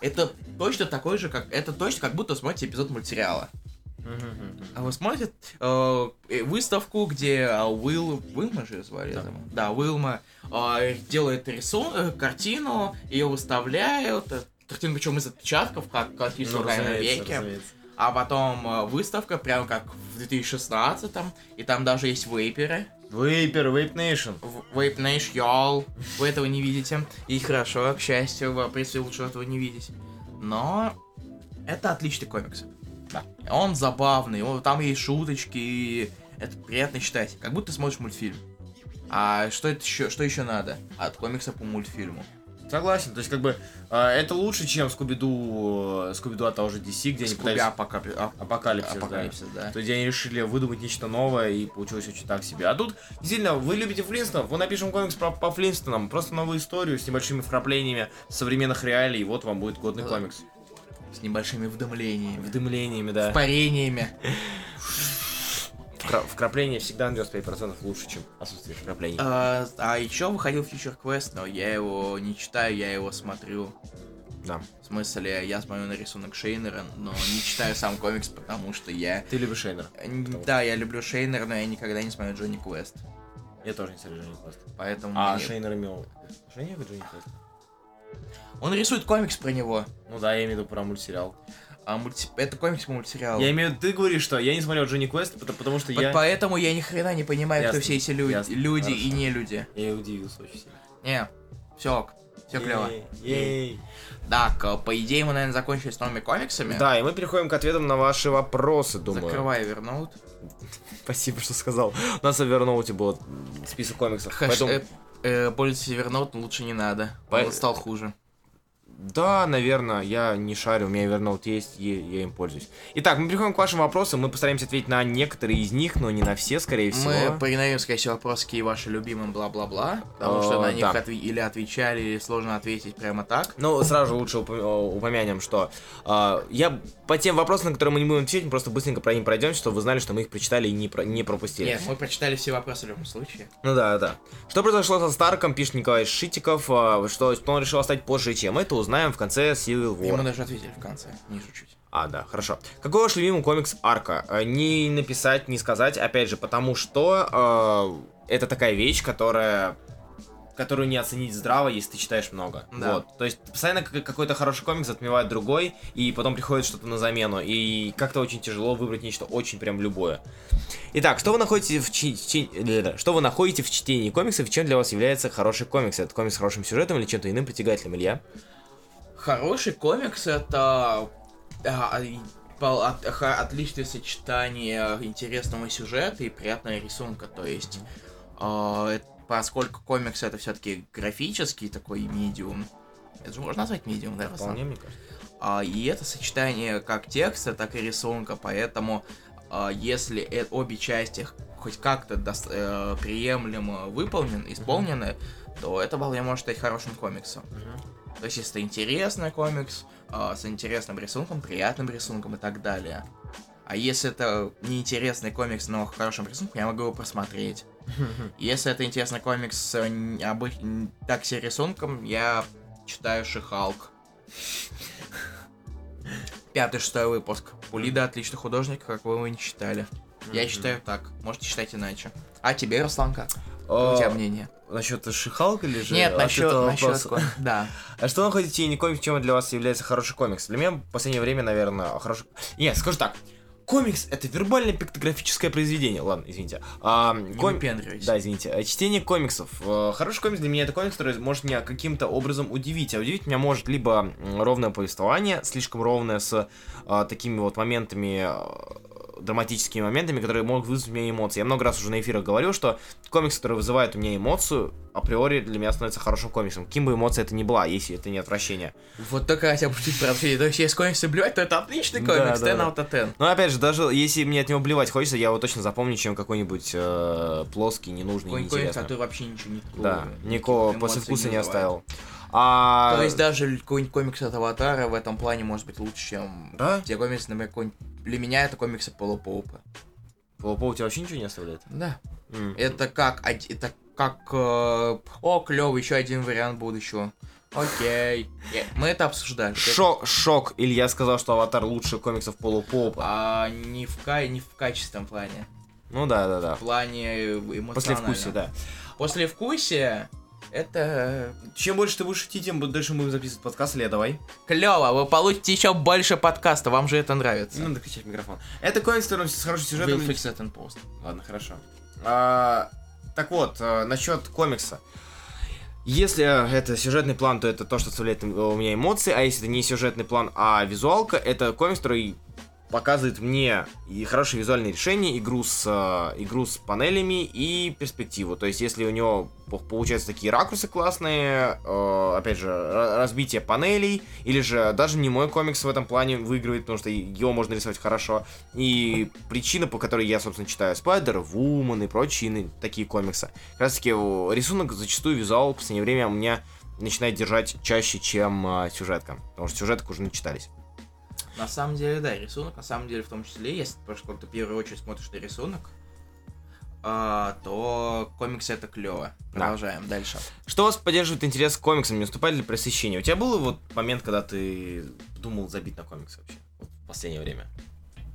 [SPEAKER 1] Это точно такой же, как... Это точно как будто смотрите эпизод мультсериала. А вы смотрите э, э, выставку, где э, Уилл... Уилма же её звали? я
[SPEAKER 2] Да.
[SPEAKER 1] забыл. Да, Уилма э, делает рисунок, картину, ее выставляют. э, Картинка причем из отпечатков, как в
[SPEAKER 2] Ну,
[SPEAKER 1] классическом каменном
[SPEAKER 2] разумеется,
[SPEAKER 1] веке.
[SPEAKER 2] разумеется.
[SPEAKER 1] А потом э, выставка, прям как в 2016-м, и там даже есть вейперы.
[SPEAKER 2] Вейпер, Вейп Нейшн.
[SPEAKER 1] В- Вейп Нэш, y'all. Вы этого не видите. И хорошо, к счастью, в принципе, лучше этого не видеть. Но это отличный комикс. Да. Он забавный, он- там есть шуточки, и это приятно читать. Как будто ты смотришь мультфильм. А что это еще, что еще надо от комикса по мультфильму?
[SPEAKER 2] Согласен, то есть как бы э, это лучше, чем Скуби-Ду, э, Скуби-Ду от того же DC, где они
[SPEAKER 1] Скуби
[SPEAKER 2] пытались...
[SPEAKER 1] Апокалипсис, ап-
[SPEAKER 2] Апокалипсис, да.
[SPEAKER 1] Апокалипсис, да.
[SPEAKER 2] То есть они решили выдумать нечто новое, и получилось очень так себе. А тут, действительно, вы любите Флинстонов, мы напишем комикс про, по Флинстонам, просто новую историю с небольшими вкраплениями современных реалий, и вот вам будет годный
[SPEAKER 1] Да.
[SPEAKER 2] комикс.
[SPEAKER 1] С небольшими вдымлениями.
[SPEAKER 2] Вдымлениями, да.
[SPEAKER 1] Парениями.
[SPEAKER 2] Вкра- Вкрапление всегда на 95% лучше, чем отсутствие вкраплений.
[SPEAKER 1] А, а еще выходил Future Quest, но я его не читаю, я его смотрю.
[SPEAKER 2] Да.
[SPEAKER 1] В смысле, я смотрю на рисунок Шейнера, но не читаю сам комикс, потому что я...
[SPEAKER 2] Ты любишь Шейнера?
[SPEAKER 1] Н-
[SPEAKER 2] Потому
[SPEAKER 1] Да, я люблю Шейнера, но я никогда не смотрю Джонни Квест.
[SPEAKER 2] Я тоже не смотрю Джонни Квест.
[SPEAKER 1] Поэтому...
[SPEAKER 2] А,
[SPEAKER 1] мне-
[SPEAKER 2] Шейнер имел... Шейнер или Джонни Квест?
[SPEAKER 1] Он рисует комикс про него.
[SPEAKER 2] Ну да, я имею в виду про мультсериал.
[SPEAKER 1] А мульти- Это комикс по мультсериалу.
[SPEAKER 2] Я имею в виду, ты говоришь, что я не смотрел Джонни Квест, потому, потому что
[SPEAKER 1] Вот
[SPEAKER 2] я...
[SPEAKER 1] Поэтому я ни хрена не понимаю,
[SPEAKER 2] Ясно,
[SPEAKER 1] кто все эти лю-
[SPEAKER 2] ясно,
[SPEAKER 1] люди и
[SPEAKER 2] хорошо.
[SPEAKER 1] не люди.
[SPEAKER 2] Я удивился очень сильно.
[SPEAKER 1] Не, все, все клево.
[SPEAKER 2] Ей, ей.
[SPEAKER 1] Так, э, по идее мы, наверное, закончили с новыми комиксами.
[SPEAKER 2] Да, и мы переходим к ответам на ваши вопросы, думаю.
[SPEAKER 1] Закрывай вернут.
[SPEAKER 2] Спасибо, что сказал. У нас в Evernote был список комиксов.
[SPEAKER 1] Хэш,
[SPEAKER 2] поэтому-
[SPEAKER 1] э, э, пользоваться Evernote лучше не надо.
[SPEAKER 2] По-
[SPEAKER 1] Он стал хуже.
[SPEAKER 2] Да, наверное, я не шарю, у меня Evernote есть, и я им пользуюсь. Итак, мы переходим к вашим вопросам, мы постараемся ответить на некоторые из них, но не на все, скорее всего.
[SPEAKER 1] Мы проигнорируем, скорее всего, вопросы, какие ваши любимые, бла-бла-бла. Потому что
[SPEAKER 2] Э,
[SPEAKER 1] на них
[SPEAKER 2] да.
[SPEAKER 1] отве- или отвечали, или сложно ответить прямо так.
[SPEAKER 2] Ну, сразу же лучше упо- э, упомянем, что э, я по тем вопросам, на которые мы не будем отвечать, мы просто быстренько про них пройдем, чтобы вы знали, что мы их прочитали и не, про- не пропустили.
[SPEAKER 1] Нет, мы прочитали все вопросы в любом случае.
[SPEAKER 2] Ну да, да. Что произошло со Старком, пишет Николай Шитиков, а, что, что он решил остать позже, чем это, узнаем в конце Civil War.
[SPEAKER 1] Ему даже ответили в конце, ниже чуть.
[SPEAKER 2] А, да, хорошо. Какой ваш любимый комикс Арка? Э, Не написать, не сказать, опять же, потому что э, это такая вещь, которая которую не оценить здраво, если ты читаешь много.
[SPEAKER 1] Да.
[SPEAKER 2] Вот. То есть постоянно к- какой-то хороший комикс отмевает другой, и потом приходит что-то на замену, и как-то очень тяжело выбрать нечто очень прям любое. Итак, что вы находите в чи- чи- э, что вы находите в чтении комиксов, и чем для вас является хороший комикс? Это комикс с хорошим сюжетом или чем-то иным притягательным, Илья?
[SPEAKER 1] Хороший комикс это а, и пол- от- ха- отличное сочетание интересного сюжета и приятного рисунка. То есть, а, э, поскольку комикс это все-таки графический такой медиум, это же можно назвать медиум, да, Руслан?
[SPEAKER 2] мне кажется.
[SPEAKER 1] А, и это сочетание как текста, так и рисунка, поэтому а, если э- обе части хоть как-то дос- э, приемлемо выполнены, исполнены, то это вполне может стать хорошим комиксом. То есть, если это интересный комикс, а, с интересным рисунком, приятным рисунком и так далее. А если это неинтересный комикс, но хорошим рисунком, я могу его просмотреть. Если это интересный комикс с э, н- обы- н- так себе рисунком, я читаю Шихалк. Пятый, шестой выпуск. Пулида отличный художник, как вы его не читали. Я считаю так. Можете читать иначе. А тебе, Руслан, как? Какое У тебя мнение?
[SPEAKER 2] Насчет Шихалка или же?
[SPEAKER 1] Нет,
[SPEAKER 2] от
[SPEAKER 1] насчет...
[SPEAKER 2] этого
[SPEAKER 1] насчет
[SPEAKER 2] вопроса?
[SPEAKER 1] ко- Да.
[SPEAKER 2] А что находите в тени комикс, чем для вас является хороший комикс? Для меня в последнее время, наверное, хороший... Нет, скажу так. Комикс — это вербально-пиктографическое произведение. Ладно, извините. А,
[SPEAKER 1] Не
[SPEAKER 2] ком-
[SPEAKER 1] выпендривайся.
[SPEAKER 2] Да, извините. А, Чтение комиксов. Э, Хороший комикс для меня это комикс, который может меня каким-то образом удивить. А удивить меня может либо м, ровное повествование, слишком ровное с э, такими вот моментами э, драматическими моментами, которые могут вызвать у меня эмоции. Я много раз уже на эфирах говорил, что комикс, который вызывает у меня эмоцию, априори для меня становится хорошим комиксом. Каким бы эмоция это ни была, если это не отвращение.
[SPEAKER 1] Вот только хотя бы чуть прообщение. То есть, если комиксы блевать, то это отличный
[SPEAKER 2] Да,
[SPEAKER 1] комикс,
[SPEAKER 2] да,
[SPEAKER 1] 10
[SPEAKER 2] да.
[SPEAKER 1] out of 10.
[SPEAKER 2] Но опять же, даже если мне от него блевать хочется, я его точно запомню, чем какой-нибудь э, плоский, ненужный,
[SPEAKER 1] Какой-нибудь комикс, а
[SPEAKER 2] неинтересный.
[SPEAKER 1] который вообще ничего не
[SPEAKER 2] Да,
[SPEAKER 1] никакого
[SPEAKER 2] никакого
[SPEAKER 1] эмоций
[SPEAKER 2] послевкуса не
[SPEAKER 1] вызывает.
[SPEAKER 2] оставил. А...
[SPEAKER 1] То есть даже л- какой-нибудь комикс от Аватара в этом плане может быть лучше, чем
[SPEAKER 2] Да?
[SPEAKER 1] те комиксы, например, какой-нибудь- Для меня это комиксы полупоупа.
[SPEAKER 2] Лопо у тебя вообще ничего не оставляет?
[SPEAKER 1] Да.
[SPEAKER 2] М.
[SPEAKER 1] Это как... од- Это как... э, О, клево, еще один вариант будущего. Окей. Э, Мы это обсуждали.
[SPEAKER 2] Шок, шок. Илья сказал, что Аватар лучше комиксов полупопа.
[SPEAKER 1] А не в, ка... не в качественном плане.
[SPEAKER 2] Ну да, да,
[SPEAKER 1] В
[SPEAKER 2] да.
[SPEAKER 1] плане э, эмоциональном.
[SPEAKER 2] После вкуса, да.
[SPEAKER 1] Послевкусие Это
[SPEAKER 3] Чем больше ты будешь шутить, тем дальше мы будем записывать подкаст. Илья, давай.
[SPEAKER 1] клево, вы получите еще больше подкаста, вам же это нравится.
[SPEAKER 3] Не надо кричать в Ну, микрофон. Это комикс, который с хорошим
[SPEAKER 1] We'll
[SPEAKER 3] сюжетом.
[SPEAKER 1] Ну, fix it in post.
[SPEAKER 3] Ладно, хорошо.
[SPEAKER 2] А, так вот, а, насчет комикса. Если э, это сюжетный план, то это то, что оставляет э, у меня эмоции, а если это не сюжетный план, а визуалка, это комикс, который показывает мне и хорошие визуальные решения, игру с, э, игру с панелями и перспективу. То есть, если у него по- получаются такие ракурсы классные, э, опять же, ра- разбитие панелей, или же даже не мой комикс в этом плане выигрывает, потому что его можно рисовать хорошо, и причина, по которой я, собственно, читаю Spider, Вумен и прочие иные такие комиксы. Как раз таки о, рисунок зачастую визуал в последнее время у меня начинает держать чаще, чем а, сюжетка. Потому что сюжеток уже начитались.
[SPEAKER 1] На самом деле, да, рисунок, на самом деле, в том числе, если потому что ты в первую очередь смотришь на рисунок, а, то комиксы это клево. Продолжаем дальше.
[SPEAKER 2] Что вас поддерживает интерес к комиксам? Не наступает ли пресыщение? У тебя был вот момент, когда ты думал забить на комиксы вообще? Вот в последнее время.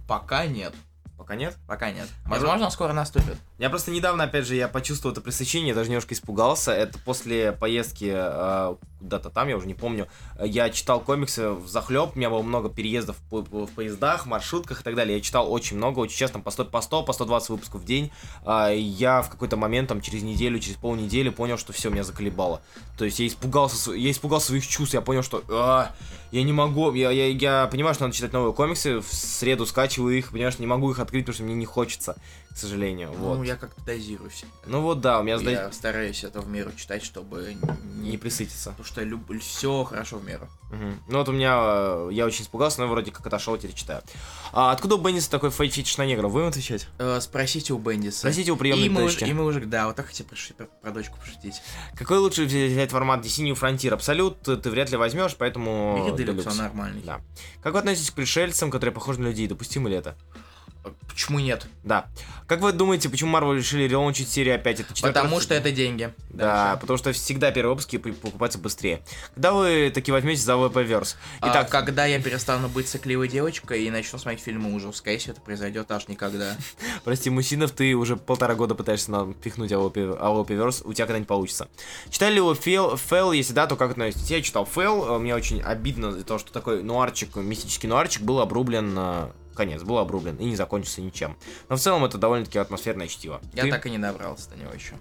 [SPEAKER 1] Пока нет.
[SPEAKER 2] Пока нет?
[SPEAKER 1] Пока нет.
[SPEAKER 2] А
[SPEAKER 1] Возможно, он скоро наступит.
[SPEAKER 2] Я просто недавно, опять же, я почувствовал это пресыщение, я даже немножко испугался. Это после поездки э, куда-то там, я уже не помню. Я читал комиксы в захлеб, у меня было много переездов по- по- в поездах, маршрутках и так далее. Я читал очень много, очень часто, по 100, по 100, по 120 выпусков в день. А, и я в какой-то момент, там, через неделю, через полнедели понял, что все, меня заколебало. То есть я испугался, св- я испугался своих чувств, я понял, что «А, я не могу, я, я, я понимаю, что надо читать новые комиксы, в среду скачиваю их, понимаешь, не могу их открыть, потому что мне не хочется, к сожалению. Вот.
[SPEAKER 1] Ну, я как-то дозирую всегда.
[SPEAKER 2] Ну вот да, у меня сда-
[SPEAKER 1] Я стараюсь это в меру читать, чтобы не...
[SPEAKER 2] не присытиться.
[SPEAKER 1] Потому что я люблю все хорошо в меру.
[SPEAKER 2] Мгм. Ну вот у меня, э, я очень испугался, но вроде как отошел, теперь читаю. А откуда у Бенниса такой фей- фетиш на негров? Вы им отвечать?
[SPEAKER 1] Э, Спросите у Бендиса.
[SPEAKER 2] Спросите у приемной
[SPEAKER 1] и мы,
[SPEAKER 2] точки.
[SPEAKER 1] уже, и мы уже, да, вот так хотя бы про, про дочку пошутить.
[SPEAKER 2] Какой лучше взять взять формат DC New Frontier? Абсолют э, ты вряд ли возьмешь, поэтому...
[SPEAKER 1] Бери Делюкс,
[SPEAKER 2] Делюкс.
[SPEAKER 1] он нормальный.
[SPEAKER 2] Да. Как вы относитесь к пришельцам, которые похожи на людей? Допустимо ли это?
[SPEAKER 1] Э, Почему нет?
[SPEAKER 2] Да. Как вы думаете, почему Марвел решили релончить серию опять? Это четвертый
[SPEAKER 1] Потому
[SPEAKER 2] раз?
[SPEAKER 1] что это деньги.
[SPEAKER 2] Да,
[SPEAKER 1] Дальше.
[SPEAKER 2] потому что всегда первые выпуски п- покупаются быстрее. Когда вы таки возьмете за VP Verse?
[SPEAKER 1] А
[SPEAKER 2] Итак,
[SPEAKER 1] когда я перестану быть сыкливой девочкой и начну смотреть фильмы ужасов, скорее всего, это произойдет аж никогда.
[SPEAKER 2] Прости, Мусинов, ты уже полтора года пытаешься нам пихнуть Верс, у тебя когда-нибудь получится. Читали ли вы Фел, Фел? Если да, то как относитесь? Я читал Фел, э, мне очень обидно за то, что такой нуарчик, мистический нуарчик был обрублен, э, конец, был обрублен и не закончился ничем. Но в целом это довольно-таки атмосферное чтиво.
[SPEAKER 1] Я
[SPEAKER 2] Ты-
[SPEAKER 1] так и не добрался до него еще.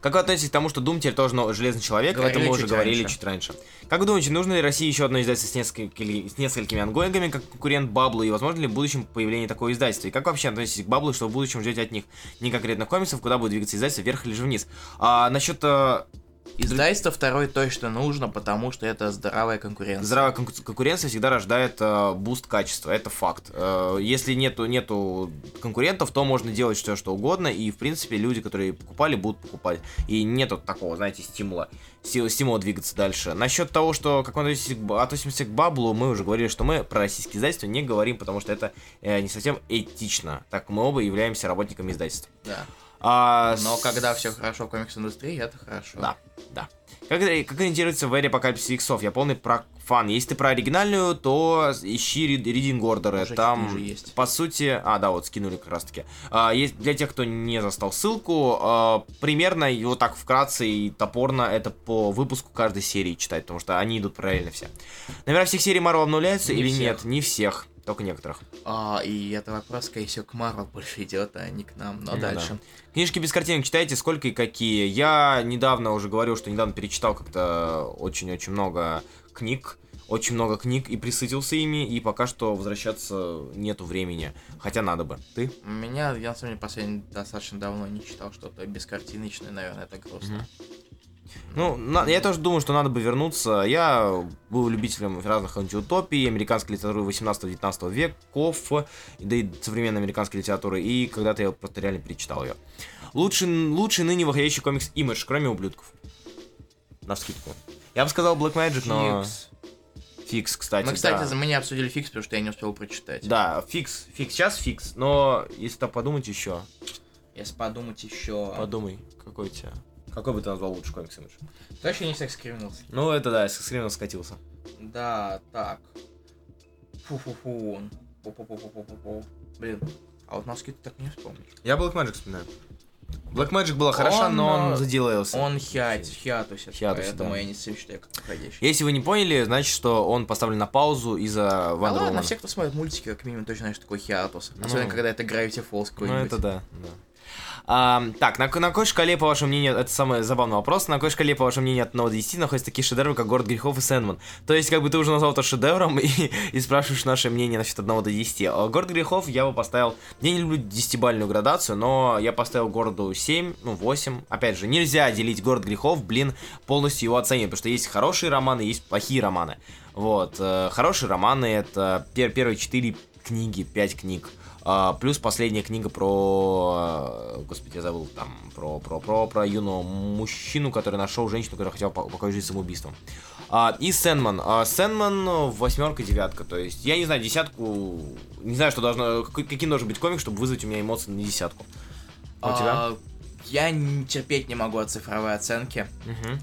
[SPEAKER 2] Как вы относитесь к тому, что Doom теперь тоже но- Железный Человек? Об
[SPEAKER 1] Говорили
[SPEAKER 2] этом мы уже
[SPEAKER 1] чуть
[SPEAKER 2] говорили
[SPEAKER 1] раньше.
[SPEAKER 2] чуть раньше. Как вы думаете, нужно ли России еще одно издательство с, несколькими, с несколькими ангоингами, как конкурент Баблу, и возможно ли в будущем появление такого издательства? И как вообще относитесь к Баблу, что в будущем ждете от них? Не конкретно комиксов, куда будет двигаться издательство, вверх или же вниз? А насчет э,
[SPEAKER 1] Издательство второе точно нужно, потому что это здоровая конкуренция.
[SPEAKER 2] здравой конку- конкуренции всегда рождает э, буст качества, это факт. Э, если нету, нету конкурентов, то можно делать все, что угодно, и, в принципе, люди, которые покупали, будут покупать. И нету такого, знаете, стимула, си- стимула двигаться дальше. Насчет того, что как мы относимся к, ба- относимся к баблу, мы уже говорили, что мы про российские издательства не говорим, потому что это э, не совсем этично. Так мы оба являемся работниками издательства.
[SPEAKER 1] Да.
[SPEAKER 2] А,
[SPEAKER 1] Но
[SPEAKER 2] с-
[SPEAKER 1] когда все хорошо в комикс-индустрии, это хорошо.
[SPEAKER 2] Да. Как, как ориентироваться в эре апокалипсиса иксов? Я полный про фан. Если ты про оригинальную, то ищи рид- ридинг ордеры.
[SPEAKER 1] Уже
[SPEAKER 2] Там,
[SPEAKER 1] книги есть.
[SPEAKER 2] по сути... А, да, вот скинули как раз таки. А, есть, для тех, кто не застал ссылку, а, примерно, и вот так вкратце и топорно, это по выпуску каждой серии читать, потому что они идут параллельно все. Номера всех серий Марвел обновляются
[SPEAKER 1] Не
[SPEAKER 2] или
[SPEAKER 1] всех.
[SPEAKER 2] нет? Не всех, только некоторых.
[SPEAKER 1] А, и это вопрос, скорее всего, к Марвел больше идет, а не к нам. Но
[SPEAKER 2] Ну да.
[SPEAKER 1] дальше.
[SPEAKER 2] Книжки без картинок читаете, сколько и какие? Я недавно уже говорил, что недавно перечитал как-то очень-очень много книг, очень много книг и присытился ими, и пока что возвращаться нету времени, хотя надо бы. Ты?
[SPEAKER 1] У меня, я на самом деле, последний достаточно давно не читал что-то бескартиночное, наверное, это грустно.
[SPEAKER 2] Ну, на- я тоже думаю, что надо бы вернуться. Я был любителем разных антиутопий, американской литературы 18-19 веков, да и современной американской литературы, и когда-то я просто реально перечитал ее. Лучший, лучший ныне выходящий комикс Image, кроме ублюдков. На скидку. Я бы сказал Black Magic, но...
[SPEAKER 1] Фикс.
[SPEAKER 2] Фикс, кстати.
[SPEAKER 1] Мы, кстати,
[SPEAKER 2] да.
[SPEAKER 1] за- мы не обсудили фикс, потому что я не успел прочитать.
[SPEAKER 2] Да, фикс, фикс, сейчас фикс, но если так подумать еще,
[SPEAKER 1] Если подумать еще...
[SPEAKER 2] подумай, какой у тебя, какой бы ты назвал лучший комикс Image?
[SPEAKER 1] Точно не секс криминал.
[SPEAKER 2] Ну это да, с экстремом скатился.
[SPEAKER 1] Да, так. Фу-фу-фу. Пу-пу-пу-пу-пу-пу. Блин, а вот носки ты так и не вспомнишь.
[SPEAKER 2] Я Black Magic вспоминаю. Black Magic была хороша,
[SPEAKER 1] Он,
[SPEAKER 2] но
[SPEAKER 1] э,
[SPEAKER 2] он задилился.
[SPEAKER 1] Он хиат, хиатусит,
[SPEAKER 2] Хиатусит,
[SPEAKER 1] поэтому
[SPEAKER 2] да.
[SPEAKER 1] я не считаю, как подходящий.
[SPEAKER 2] Если вы не поняли, значит, что он поставлен на паузу из-за
[SPEAKER 1] Да
[SPEAKER 2] Wonder
[SPEAKER 1] А ладно,
[SPEAKER 2] Woman.
[SPEAKER 1] все, кто смотрит мультики, как минимум точно знают, что такое хиатус.
[SPEAKER 2] Ну.
[SPEAKER 1] Особенно, когда это Gravity Falls
[SPEAKER 2] Ну,
[SPEAKER 1] какой-нибудь.
[SPEAKER 2] это да. да. А, так, на, к- на какой шкале, по вашему мнению, это самый забавный вопрос, на какой шкале, по вашему мнению, от 1 до 10 находятся такие шедевры, как «Город грехов» и «Сэндман»? То есть, как бы ты уже назвал это шедевром и, и спрашиваешь наше мнение насчет 1 до 10. А «Город грехов» я бы поставил... Я не люблю десятибальную градацию, но я поставил «Городу» 7, ну, 8. Опять же, нельзя делить «Город грехов», блин, полностью его оценивать, потому что есть хорошие романы, есть плохие романы. Вот. э, Хорошие романы — это пер- первые четыре книги, пять книг. А, плюс последняя книга про... э, Господи, я забыл там. Про, про, про, про юного мужчину, который нашел женщину, которая хотела по- покончить жизнь самоубийством. А, и Сэндман. А, Сэндман э, восьмерка, девятка. То есть, я не знаю, десятку... Не знаю, что должно... э, какой- каким должен быть комик, чтобы вызвать у меня эмоции на десятку. А у тебя?
[SPEAKER 1] А, Я н- терпеть не могу от цифровой оценки.
[SPEAKER 2] Мгм.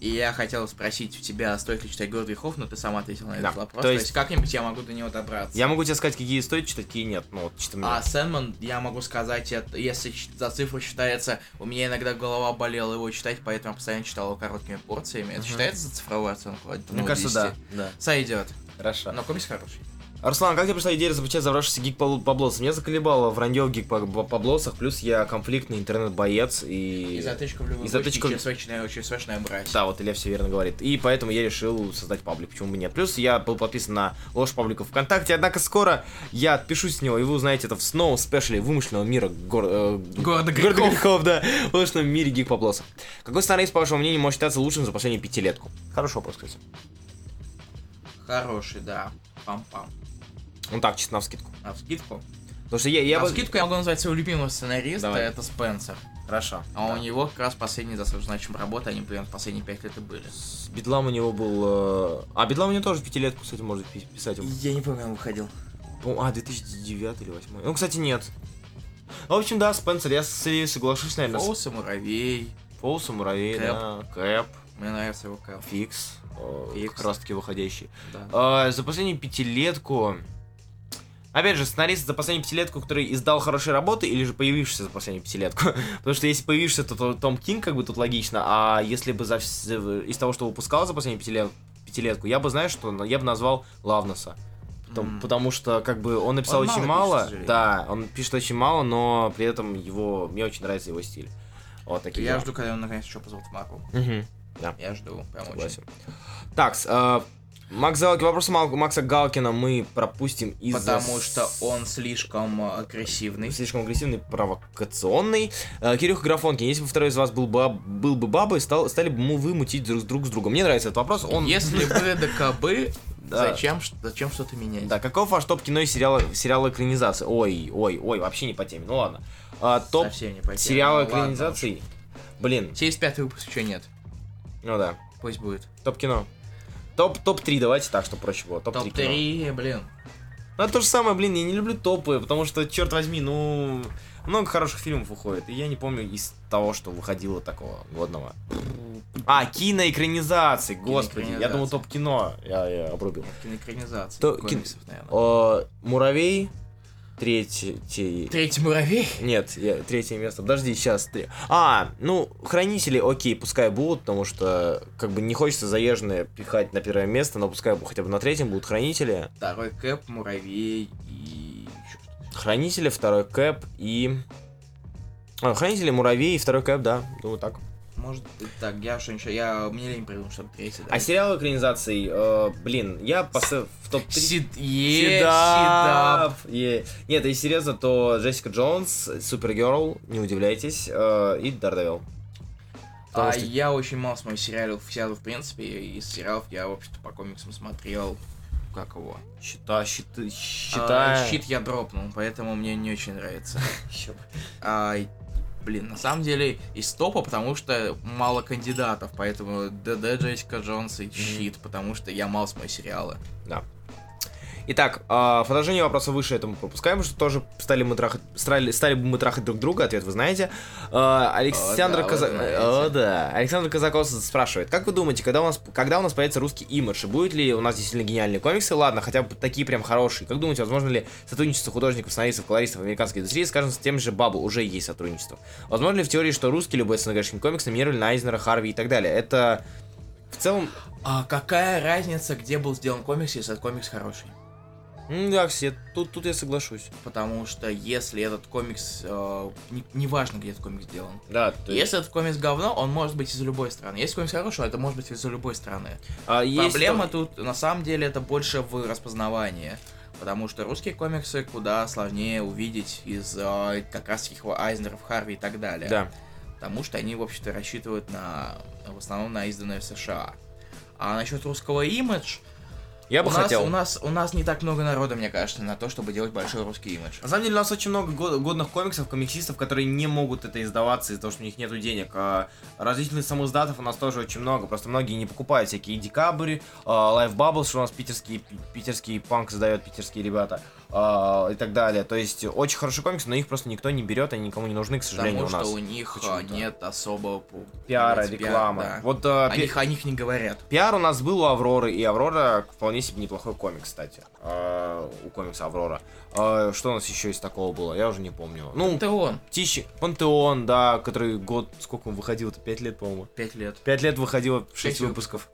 [SPEAKER 1] И я хотел спросить у тебя, стоит ли читать «Город грехов», но ты сам ответил на этот
[SPEAKER 2] Да,
[SPEAKER 1] вопрос.
[SPEAKER 2] то
[SPEAKER 1] То
[SPEAKER 2] есть-
[SPEAKER 1] есть, как-нибудь я могу до него добраться.
[SPEAKER 2] Я могу тебе сказать, какие стоит читать, какие нет. Ну, вот, чисто мне.
[SPEAKER 1] А Сэндман, я могу сказать, это- если ч- за цифру считается, у меня иногда голова болела его читать, поэтому я постоянно читал его короткими порциями. Это
[SPEAKER 2] Мгм.
[SPEAKER 1] считается за цифровую оценку? От
[SPEAKER 2] Мне
[SPEAKER 1] ну,
[SPEAKER 2] кажется,
[SPEAKER 1] 10?
[SPEAKER 2] да. да.
[SPEAKER 1] Сойдет.
[SPEAKER 2] Хорошо.
[SPEAKER 1] Но комикс хороший.
[SPEAKER 2] Руслан, как тебе пришла идея разоблачать забравшийся гик по Паблос? Меня заколебало вранье в гик Паблосах, плюс я конфликтный интернет-боец и...
[SPEAKER 1] И затычка в любом
[SPEAKER 2] и затычка-
[SPEAKER 1] случае, ЧСВшная, ЧСВшная мразь.
[SPEAKER 2] Да, вот Илья все верно говорит. И поэтому я решил создать паблик, почему бы нет. Плюс я был подписан на ложь паблика ВКонтакте, однако скоро я отпишусь с него, и вы узнаете это в снова спешле вымышленного мира гор... э,
[SPEAKER 1] Города
[SPEAKER 2] города
[SPEAKER 1] грехов.
[SPEAKER 2] грехов, да, в вымышленном мире гик Паблоса. Какой сценарист, по вашему мнению, может считаться лучшим за последнюю пятилетку? Хороший вопрос, кстати.
[SPEAKER 1] Хороший, да. Пам-пам.
[SPEAKER 2] Ну так, честно, навскидку.
[SPEAKER 1] А в скидку?
[SPEAKER 2] Потому что я... я
[SPEAKER 1] Я
[SPEAKER 2] бы-
[SPEAKER 1] скидку я могу назвать своего любимого сценариста,
[SPEAKER 2] Давай.
[SPEAKER 1] это Спенсер.
[SPEAKER 3] Хорошо.
[SPEAKER 1] А у него как раз последние достаточно значимые работы, они примерно последние пять лет и были.
[SPEAKER 2] С Бедлам у него был... э, А, Бедлам у него тоже пятилетку, кстати, может пи- писать.
[SPEAKER 1] Я не помню, он выходил.
[SPEAKER 2] По- А, 2009 или 2008. Ну, кстати, нет. Ну, В общем, да, Спенсер, я с- соглашусь, наверное, с
[SPEAKER 1] Фоус и Муравей.
[SPEAKER 2] Фоуса, Муравей,
[SPEAKER 1] Кэп.
[SPEAKER 2] да, Кэп,
[SPEAKER 1] Мне нравится его кэп.
[SPEAKER 2] Фикс, э,
[SPEAKER 1] Фикс.
[SPEAKER 2] как раз таки выходящий.
[SPEAKER 1] Да.
[SPEAKER 2] Э, За последнюю пятилетку... Опять же, сценарист за последнюю пятилетку, который издал хорошие работы, или же появившийся за последнюю пятилетку. Потому что если появившийся, то, то Том Кинг как бы тут логично, а если бы за вс- за- из того, что выпускал за последнюю пятиле- пятилетку, я бы, знаешь, что я бы назвал Лавнеса. Потом-
[SPEAKER 1] М.
[SPEAKER 2] Потому что, как бы, он написал
[SPEAKER 1] Он мало
[SPEAKER 2] очень
[SPEAKER 1] пишет, к
[SPEAKER 2] мало.
[SPEAKER 1] сожалению.
[SPEAKER 2] да, он пишет очень мало, но при этом его. Мне очень нравится его стиль. Вот такие.
[SPEAKER 1] Я
[SPEAKER 2] дела.
[SPEAKER 1] жду, когда он наконец еще позвал в Марвел.
[SPEAKER 2] Мгм,
[SPEAKER 1] Я жду, прям
[SPEAKER 2] согласен. Так, с, э, Макс Галкин, вопрос Мал- Макса Галкина мы пропустим
[SPEAKER 1] очень.
[SPEAKER 2] из-за
[SPEAKER 1] Потому что он слишком э, агрессивный.
[SPEAKER 2] слишком агрессивный, провокационный. Э, Кирюха Графонкин, если бы второй из вас был, баб- был бы бабой, стал, стали бы мы вы мутить друг, с- друг с другом. Мне нравится этот вопрос. Он,
[SPEAKER 1] Если были докабы,
[SPEAKER 2] Да.
[SPEAKER 1] зачем, ш- зачем что-то менять?
[SPEAKER 2] Да, каков ваш топ кино и сериала, сериала экранизации? Ой, ой, ой, вообще не по теме. Ну ладно. А, топ
[SPEAKER 1] Совсем не по теме.
[SPEAKER 2] сериала
[SPEAKER 1] Ну ладно
[SPEAKER 2] экранизаций. Блин,
[SPEAKER 1] уж. 75 выпуск еще нет.
[SPEAKER 2] ну да.
[SPEAKER 1] Пусть будет.
[SPEAKER 2] Топ кино. Топ, топ-3, давайте так, чтобы проще было. Топ-3 кино.
[SPEAKER 1] Топ-3, блин.
[SPEAKER 2] Ну, это то же самое, блин, я не люблю топы, потому что, черт возьми, ну, много хороших фильмов выходит, и я не помню из того, что выходило такого годного. А, киноэкранизации, господи, я думал
[SPEAKER 1] Киноэкранизации.
[SPEAKER 2] топ-кино, я, я обрубил.
[SPEAKER 1] Нет, киноэкранизация.
[SPEAKER 2] То-
[SPEAKER 1] комиксов, наверное.
[SPEAKER 2] Э, Муравей, третий, те-
[SPEAKER 1] Третий муравей.
[SPEAKER 2] Нет, я- третье место. Подожди, сейчас. Три... А, ну, хранители, окей, пускай будут, потому что как бы не хочется заезженные пихать на первое место, но пускай хотя бы на третьем будут хранители.
[SPEAKER 1] Второй Кэп, муравей и... ещё что-то.
[SPEAKER 2] Хранители, второй кэп и... А, хранители, муравей и второй кэп, да, думаю так.
[SPEAKER 1] Может, быть, так, я что ничего, я мне лень придумал, что третий. да.
[SPEAKER 2] А сериал экранизаций, э, блин, я поставил в топ-3.
[SPEAKER 1] Сид... Е, Сидап.
[SPEAKER 2] Нет, если серьезно, то Джессика Джонс, Супергерл, не удивляйтесь, э, и Дардавил. Потому
[SPEAKER 1] А
[SPEAKER 2] что-
[SPEAKER 1] я очень мало смотрю сериалов, сериалов в принципе, из сериалов я, в общем-то, по комиксам смотрел, как его.
[SPEAKER 2] Счита, щиты,
[SPEAKER 1] А, щит я дропнул, поэтому мне не очень нравится. А, и- блин, на самом деле из топа, потому что мало кандидатов, поэтому ДД, Джессика Джонс и Щит, потому что я мало смотрю сериалы.
[SPEAKER 2] Итак, а, продолжение вопроса выше этому пропускаем, что тоже стали мы трахать, стали, стали бы мы трахать друг друга, ответ вы знаете. А,
[SPEAKER 1] О,
[SPEAKER 2] Александр
[SPEAKER 1] да, вы
[SPEAKER 2] Каза-
[SPEAKER 1] знаете.
[SPEAKER 2] О, да. Александр Казаков спрашивает, как вы думаете, когда у нас, когда у нас появится русский имидж, и будет ли у нас действительно гениальные комиксы? Ладно, хотя бы такие прям хорошие. Как думаете, возможно ли сотрудничество художников, сценаристов, колористов американской индустрии, скажем, с тем же Бабу, уже есть сотрудничество? Возможно ли в теории, что русские любые СНГшные комиксы номинировали на Айзнера, Харви и так далее? Это в целом,
[SPEAKER 1] А какая разница, где был сделан комикс, если этот комикс хороший?
[SPEAKER 2] м, да, все, тут, тут я соглашусь.
[SPEAKER 1] Потому что если этот комикс, э, не- неважно, где этот комикс сделан.
[SPEAKER 2] Да, то есть-
[SPEAKER 1] Если этот комикс говно, он может быть из любой страны. Если комикс хороший, это может быть из любой страны.
[SPEAKER 2] А, есть
[SPEAKER 1] Проблема
[SPEAKER 2] то-
[SPEAKER 1] тут, на самом деле, это больше в распознавании. Потому что русские комиксы куда сложнее увидеть из э, как раз таких вот Айзнеров, Харви и так далее.
[SPEAKER 2] Да.
[SPEAKER 1] Потому что они, в общем-то, рассчитывают на в основном на изданное в США. А насчет русского имидж,
[SPEAKER 2] Я бы
[SPEAKER 1] у нас,
[SPEAKER 2] хотел.
[SPEAKER 1] У нас, у нас не так много народа, мне кажется, на то, чтобы делать большой русский имидж.
[SPEAKER 3] На самом деле у нас очень много го- годных комиксов, комиксистов, которые не могут это издаваться из-за того, что у них нету денег. А различных самоиздатов у нас тоже очень много. Просто многие не покупают всякие декабри, Life Bubbles, что у нас питерский, питерский панк задает питерские ребята а, и так далее. То есть очень хорошие комиксы, но их просто никто не берет, они никому не нужны, к сожалению,
[SPEAKER 1] Потому
[SPEAKER 3] у нас.
[SPEAKER 1] что у них а,
[SPEAKER 3] почему-то.
[SPEAKER 1] нет особого пу-
[SPEAKER 2] Пиара,
[SPEAKER 1] давайте, пиара,
[SPEAKER 2] реклама.
[SPEAKER 1] да.
[SPEAKER 2] Вот а,
[SPEAKER 1] О
[SPEAKER 2] пи-
[SPEAKER 1] них, о них не говорят.
[SPEAKER 2] пиар у нас был у Авроры, и Аврора вполне себе неплохой комикс, кстати. А, у комикса Аврора. А, что у нас еще из такого было? Я уже не помню. Ну,
[SPEAKER 1] Это он.
[SPEAKER 2] Птичий Пантеон, да, который год, сколько он выходил? Это пять лет, по-моему.
[SPEAKER 1] Пять лет.
[SPEAKER 2] Пять лет выходило, шесть
[SPEAKER 1] Пять лет.
[SPEAKER 2] выпусков.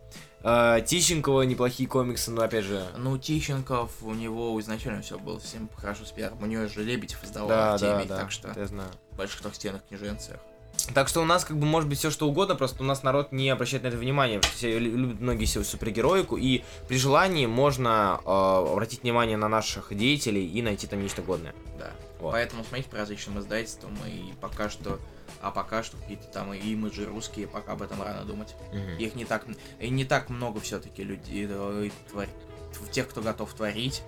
[SPEAKER 2] А, Тищенкова неплохие комиксы, но опять же...
[SPEAKER 1] Ну, Тищенков, у него изначально все было всем хорошо с пиаром. У него же Лебедев издавал
[SPEAKER 2] Да, да,
[SPEAKER 1] Артемий,
[SPEAKER 2] да,
[SPEAKER 1] а так что
[SPEAKER 2] это я знаю.
[SPEAKER 1] в больших толстенных книженцах.
[SPEAKER 2] Так что у нас как бы может быть все что угодно, просто у нас народ не обращает на это внимания, потому что все лю- любят многие всю супергероику, и при желании можно э, обратить внимание на наших деятелей и найти там нечто годное.
[SPEAKER 1] Да.
[SPEAKER 2] Вот.
[SPEAKER 1] Поэтому смотрите по различным издательствам и пока что... А пока что какие-то там имиджи русские, пока об этом рано думать.
[SPEAKER 2] И-
[SPEAKER 1] Их не так, и не так много все-таки людей, э, твор- тех, кто готов творить.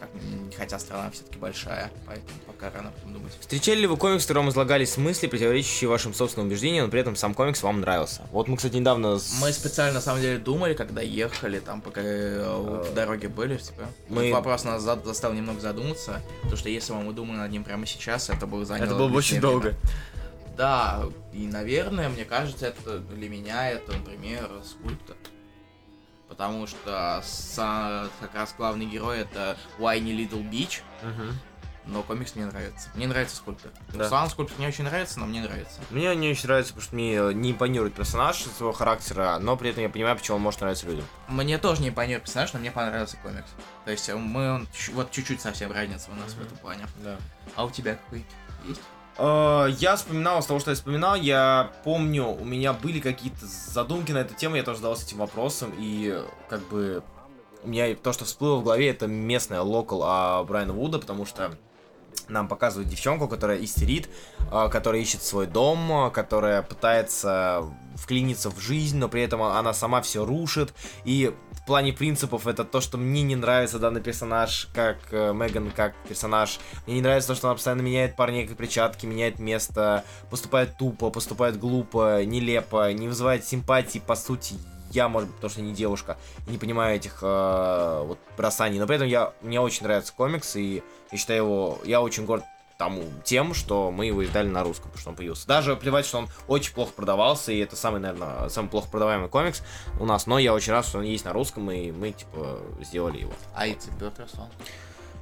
[SPEAKER 1] Так, м, Хотя страна все-таки большая, поэтому пока рано об этом думать.
[SPEAKER 2] Встречали ли вы комикс, в котором излагались мысли, противоречащие вашим собственным убеждениям, но при этом сам комикс вам нравился? Вот мы, кстати, недавно... с-
[SPEAKER 1] Мы специально, на самом деле, думали, когда ехали, там, пока э, в дороге были, типа.
[SPEAKER 2] А. мы-
[SPEAKER 1] Этот вопрос нас за- заставил немного задуматься, потому что если бы мы думали над ним прямо сейчас, это было заняло
[SPEAKER 2] Это было бы
[SPEAKER 1] лишнее
[SPEAKER 2] очень
[SPEAKER 1] время.
[SPEAKER 2] долго.
[SPEAKER 1] Да, и, наверное, мне кажется, это для меня это, например, скульптор. Потому что са- как раз главный герой это Whiny Little Beach, но комикс мне нравится. Мне нравится скульптор.
[SPEAKER 2] Да.
[SPEAKER 1] Сам скульптор мне очень нравится, но мне нравится.
[SPEAKER 2] Мне не очень нравится, потому что мне э, не импонирует персонаж своего характера, но при этом я понимаю, почему он может нравиться людям.
[SPEAKER 1] Мне тоже не понравился персонаж, но мне понравился комикс. То есть э, мы он, чу- вот чуть-чуть совсем разница у нас в этом плане.
[SPEAKER 2] Да.
[SPEAKER 1] А у тебя какой есть?
[SPEAKER 3] Э, Я вспоминал, из того, что я вспоминал, я помню, у меня были какие-то задумки на эту тему, я тоже задавался этим вопросом, и э, как бы у меня и то, что всплыло в голове, это местная локал а, Брайана Вуда, потому что нам показывают девчонку, которая истерит, а, которая ищет свой дом, а, которая пытается вклиниться в жизнь, но при этом о- она сама все рушит. И в плане принципов это то, что мне не нравится данный персонаж, как э, Меган, как персонаж. Мне не нравится то, что она постоянно меняет парней как перчатки, меняет место, поступает тупо, поступает глупо, нелепо, не вызывает симпатии, по сути, я, может быть, потому что не девушка, и не понимаю этих э, вот бросаний. Но при этом я, мне очень нравится комикс, и я считаю его, я очень горд тому, тем, что мы его издали на русском, потому что он появился. Даже плевать, что он очень плохо продавался, и это самый, наверное, самый плохо продаваемый комикс у нас, но я очень рад, что он есть на русском, и мы, типа, сделали его.
[SPEAKER 1] А и Цепетерсон.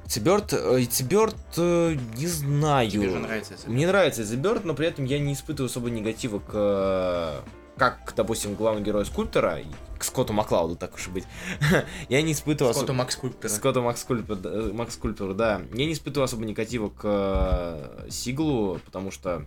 [SPEAKER 2] Циберт, Циберт, э, не знаю.
[SPEAKER 1] Тебе же нравится Цепёрсон.
[SPEAKER 2] Мне нравится The Bird, но при этом я не испытываю особо негатива к... э, Как, допустим, главному герою скульптора, и к Скотту Маклауду, так уж и быть. я не испытываю...
[SPEAKER 1] Скотта
[SPEAKER 2] осо-
[SPEAKER 1] Макс Скульптора.
[SPEAKER 2] Скотту Макс Скульптор, да, э, Макс Скульптор, да. Я не испытываю особо негатива к э, Сиглу, потому что...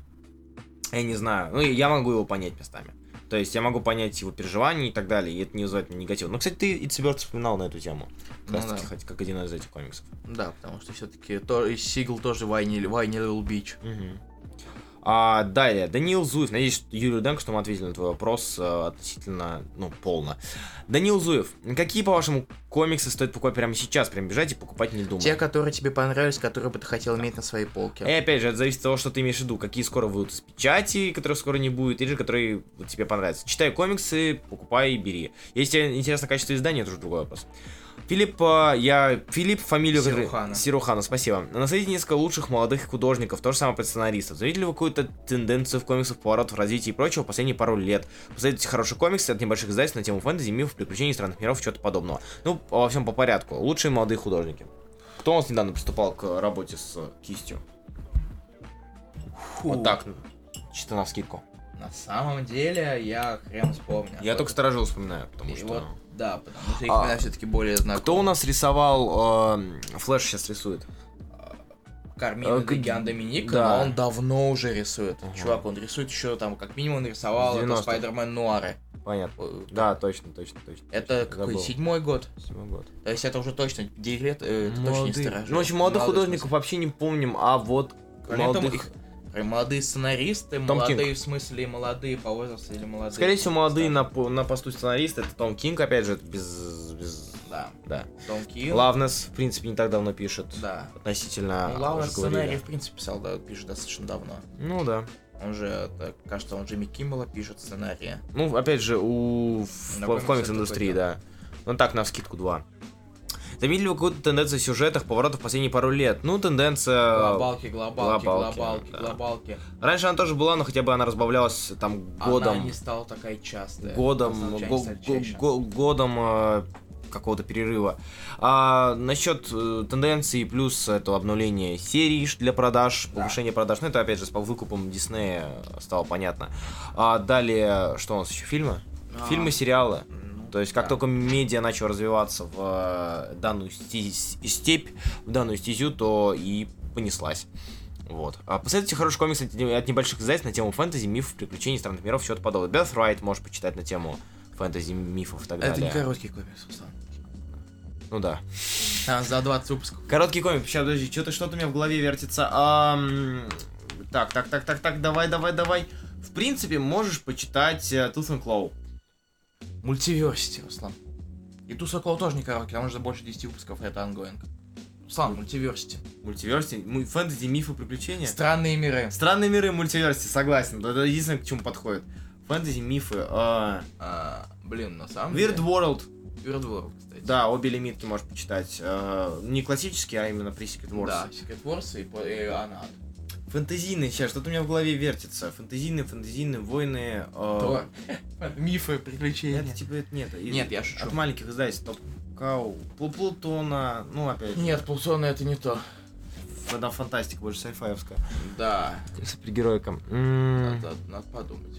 [SPEAKER 2] Я не знаю. Ну, я могу его понять местами. То есть я могу понять его переживания и так далее, и это не вызывает мне негатива. Ну, кстати, ты и Циберт вспоминал на эту тему. Как,
[SPEAKER 1] Ну
[SPEAKER 2] раз таки,
[SPEAKER 1] да.
[SPEAKER 2] хоть как один из этих комиксов.
[SPEAKER 1] Да, потому что все-таки то, и Сигл тоже Вайни Лил Бич.
[SPEAKER 2] Мгм. А, далее, Даниил Зуев. Надеюсь, что, Юрий Руденко, что мы ответили на твой вопрос э, относительно, ну, полно. Даниил Зуев, какие, по-вашему, ко- комиксы стоит покупать прямо сейчас, прям бежать и покупать не думать.
[SPEAKER 1] Те, которые тебе понравились, которые бы ты хотел иметь на своей полке.
[SPEAKER 2] И опять же, это зависит от того, что ты имеешь в виду, какие скоро выйдут из печати, которых скоро не будет, или же которые вот тебе понравятся. Читай комиксы, покупай и бери. Если тебе интересно качество издания, это уже другой вопрос. Филипп, а, я Филипп, фамилию который-
[SPEAKER 1] Сирухана.
[SPEAKER 2] Сирухана, спасибо. Наследие несколько лучших молодых художников, то же самое про сценаристов. Заметили вы какую-то тенденцию в комиксах, поворот в развитии и прочего последние пару лет? Посмотрите хорошие комиксы от небольших издательств на тему фэнтези, мифов, приключений, странных миров, чего-то подобного. Ну, во всем по порядку. Лучшие молодые художники. Кто у нас недавно приступал к работе с кистью?
[SPEAKER 1] Фу.
[SPEAKER 2] Вот так, ну, чисто на скидку.
[SPEAKER 1] На самом деле, я хрен вспомню.
[SPEAKER 2] Я только сторожил вспоминаю,
[SPEAKER 1] И
[SPEAKER 2] потому что...
[SPEAKER 1] вот, да, потому что их
[SPEAKER 2] А.
[SPEAKER 1] все-таки более знакомы.
[SPEAKER 2] Кто у нас рисовал... эм, Флэш сейчас рисует.
[SPEAKER 1] Кармина
[SPEAKER 2] Э, к-
[SPEAKER 1] Дегиан Доминика,
[SPEAKER 2] да.
[SPEAKER 1] но он давно уже рисует.
[SPEAKER 2] Ага.
[SPEAKER 1] Чувак, он рисует еще там, как минимум, он рисовал
[SPEAKER 2] В
[SPEAKER 1] это
[SPEAKER 2] 90-х.
[SPEAKER 1] Спайдермен Нуары.
[SPEAKER 2] Понятно.
[SPEAKER 1] Э,
[SPEAKER 2] Да, точно, точно, точно.
[SPEAKER 1] Это
[SPEAKER 2] точно.
[SPEAKER 1] какой,
[SPEAKER 2] Забыл.
[SPEAKER 1] седьмой год?
[SPEAKER 2] Седьмой год.
[SPEAKER 1] То есть это уже точно декрет, э, это точно не
[SPEAKER 2] Молодые.
[SPEAKER 1] сторожил.
[SPEAKER 2] Ну, в общем, молодых
[SPEAKER 1] Молодой,
[SPEAKER 2] художников
[SPEAKER 1] в смысле.
[SPEAKER 2] вообще не помним, а вот
[SPEAKER 1] Кроме того,
[SPEAKER 2] молодых...
[SPEAKER 1] их- э, молодые сценаристы,
[SPEAKER 2] Том
[SPEAKER 1] молодые в смысле молодые по возрасту или молодые.
[SPEAKER 2] Скорее всего,
[SPEAKER 1] старше.
[SPEAKER 2] молодые на, по- на посту сценариста. Это Том Кинг, опять же, это без... без...
[SPEAKER 1] Да.
[SPEAKER 2] Да.
[SPEAKER 1] Том Килл.
[SPEAKER 2] Лавнес, в принципе, не так давно пишет.
[SPEAKER 1] Да.
[SPEAKER 2] Относительно...
[SPEAKER 1] Ну, Лаура
[SPEAKER 2] уже говорили.
[SPEAKER 1] сценарий, в принципе, писал, да, пишет достаточно давно.
[SPEAKER 2] Ну, да.
[SPEAKER 1] Он же, э, так, кажется, он Джимми Киммела пишет сценарии.
[SPEAKER 2] Ну, опять же, у в,
[SPEAKER 1] На
[SPEAKER 2] в комикс-индустрии,
[SPEAKER 1] комикс-индустрии,
[SPEAKER 2] да. Ну так, на скидку 2. Заметили вы какую-то тенденцию в сюжетах, поворотов последние пару лет? Ну, тенденция...
[SPEAKER 1] Глобалки, глобалки,
[SPEAKER 2] глобалки,
[SPEAKER 1] глобалки, глобалки.
[SPEAKER 2] да. Раньше она тоже была, но хотя бы она разбавлялась там годом...
[SPEAKER 1] Она не стала такая частая.
[SPEAKER 2] годом...
[SPEAKER 1] Она стала
[SPEAKER 2] го-
[SPEAKER 1] чаще,
[SPEAKER 2] го-
[SPEAKER 1] чаще.
[SPEAKER 2] го- годом э, какого-то перерыва. А насчет э, тенденции плюс это обновление серий ш- для продаж,
[SPEAKER 1] Да.
[SPEAKER 2] повышение продаж. Ну, это опять же с по выкупам Диснея стало понятно. А далее, что у нас еще? Фильмы?
[SPEAKER 1] А,
[SPEAKER 2] Фильмы, сериалы.
[SPEAKER 1] ну,
[SPEAKER 2] То есть, как
[SPEAKER 1] да.
[SPEAKER 2] только медиа начал развиваться в э, данную сти- степь, в данную стезю, то и понеслась. Вот. А посоветуйте хороший комикс от, не- от небольших издательств на тему фэнтези, мифов, приключений, странных миров, чего-то подобного. Death Right можешь почитать на тему фэнтези, мифов и так
[SPEAKER 1] Это
[SPEAKER 2] далее.
[SPEAKER 1] не короткий комикс, Руслан.
[SPEAKER 2] Ну да.
[SPEAKER 1] Там за 20 выпусков.
[SPEAKER 2] Короткий комикс.
[SPEAKER 3] Сейчас, подожди, что-то что-то у меня в голове вертится. Ам, так, так, так, так, так, давай, давай, давай. В принципе, можешь почитать э, Tooth and Claw.
[SPEAKER 1] Мультиверсити, Руслан. И Туса Клоу тоже не короткий, там уже больше 10 выпусков, это ангоинг. Руслан, мультиверсити.
[SPEAKER 3] Мультиверсити, му- фэнтези, мифы, приключения.
[SPEAKER 1] Странные миры.
[SPEAKER 3] Странные миры мультиверсити, согласен. Это единственное, к чему подходит. Фэнтези, мифы. а,
[SPEAKER 1] А, блин, на самом
[SPEAKER 3] Weird
[SPEAKER 1] деле...
[SPEAKER 3] World.
[SPEAKER 1] Weird World, кстати.
[SPEAKER 3] Да, обе лимитки можешь почитать. а, не классические, а именно при Secret Wars.
[SPEAKER 1] Да, Secret Wars и, по- и Анат.
[SPEAKER 3] Фэнтезийные, сейчас что-то у меня в голове вертится. Фэнтезийные, фэнтезийные, войны. а,
[SPEAKER 1] То. Мифы, приключения.
[SPEAKER 3] Это типа, это нет. из-
[SPEAKER 1] Нет, я шучу.
[SPEAKER 3] От маленьких издательств. Топ Кау, Плу- Плутона, ну опять.
[SPEAKER 2] типа-
[SPEAKER 3] же,
[SPEAKER 1] Нет, Плутона это не то.
[SPEAKER 3] Вода фантастика, больше сайфаевская.
[SPEAKER 1] Да,
[SPEAKER 2] Супергероика.
[SPEAKER 1] надо, надо подумать.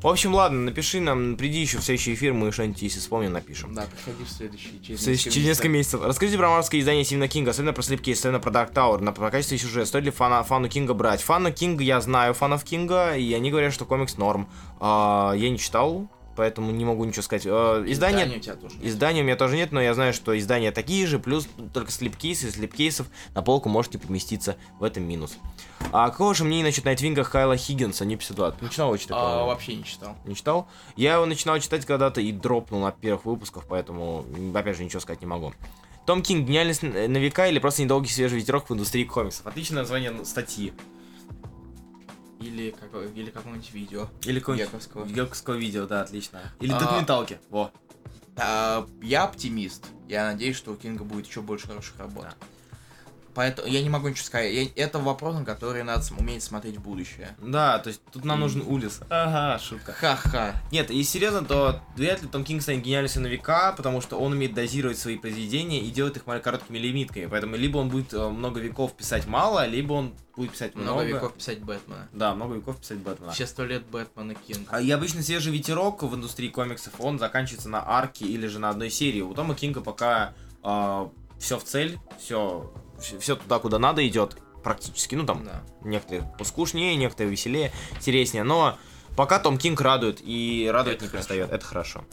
[SPEAKER 2] В общем, ладно, напиши нам, приди еще в следующий эфир, мы что-нибудь, если вспомним, напишем.
[SPEAKER 1] Да, приходи в следующий. Через,
[SPEAKER 2] В следующий- Через несколько месяцев. Расскажите про марское издание Стивена Кинга, особенно про слепки, особенно про Dark Tower, на, про качество и сюжет. Стоит ли фана, фану Кинга брать? Фану Кинга я знаю, фанов Кинга, и они говорят, что комикс норм. А, я не читал, поэтому не могу ничего сказать. А, издание...
[SPEAKER 1] у тебя тоже. нет.
[SPEAKER 2] Изданий у меня тоже нет, но я знаю, что издания такие же, плюс только слепкейсы, слепкейсов на полку может не поместиться, в этом минус. А какого же мнение насчет Найтвинга Хайла Хиггинса, не 52? Ты не читал его читать,
[SPEAKER 1] А,
[SPEAKER 2] по-моему?
[SPEAKER 1] вообще не читал.
[SPEAKER 2] не читал. Я его начинал читать когда-то и дропнул на первых выпусках, поэтому, м, опять же, ничего сказать не могу. Том Кинг, гениальность н- на века или просто недолгий свежий ветерок в индустрии комиксов?
[SPEAKER 3] Отличное название на- статьи.
[SPEAKER 1] Или, как, или какого-нибудь видео.
[SPEAKER 3] Или какое-нибудь
[SPEAKER 1] Яковского.
[SPEAKER 3] Гековского видео, да, отлично. Или
[SPEAKER 1] А.
[SPEAKER 3] документалки. Во.
[SPEAKER 1] А, я оптимист. Я надеюсь, что у Кинга будет еще больше хороших работ. Поэтому я не могу ничего сказать. Я- это вопрос, на который надо см- уметь смотреть в будущее.
[SPEAKER 3] Да, то есть тут нам нужен Улис. Ага, шутка.
[SPEAKER 1] Ха-ха.
[SPEAKER 3] Нет, и серьезно, то вряд ли Том Кинг станет гениальностью на века, потому что он умеет дозировать свои произведения и делает их мало- короткими лимитками. Поэтому либо он будет э, много веков писать мало, либо он будет писать много.
[SPEAKER 1] Много веков писать Бэтмена.
[SPEAKER 3] Да, много веков писать Бэтмена.
[SPEAKER 1] Все сто лет Бэтмена Кинг.
[SPEAKER 3] А И обычно свежий ветерок в индустрии комиксов, он заканчивается на арке или же на одной серии. У Тома Кинга пока
[SPEAKER 2] а,
[SPEAKER 3] все в цель, все...
[SPEAKER 2] Все туда, куда надо идет, практически. Ну, там,
[SPEAKER 1] Да.
[SPEAKER 2] некоторые поскушнее, некоторые веселее, интереснее. Но пока Том Кинг радует, и радует
[SPEAKER 1] Это
[SPEAKER 2] не
[SPEAKER 1] хорошо.
[SPEAKER 2] перестает. Это хорошо.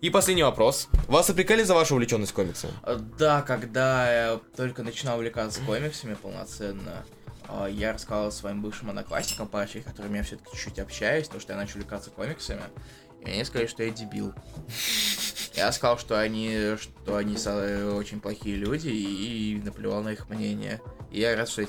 [SPEAKER 2] И последний вопрос. Вас опрекали за вашу увлеченность комиксами?
[SPEAKER 1] Э, Да, когда я только начинал увлекаться комиксами полноценно, э, я рассказал своим бывшим одноклассникам, парочке, с которыми я все-таки чуть-чуть общаюсь, то, что я начал увлекаться комиксами, и они сказали, что я дебил. Я сказал, что они, что они со- очень плохие люди и, и наплевал на их мнение. И я рад, что,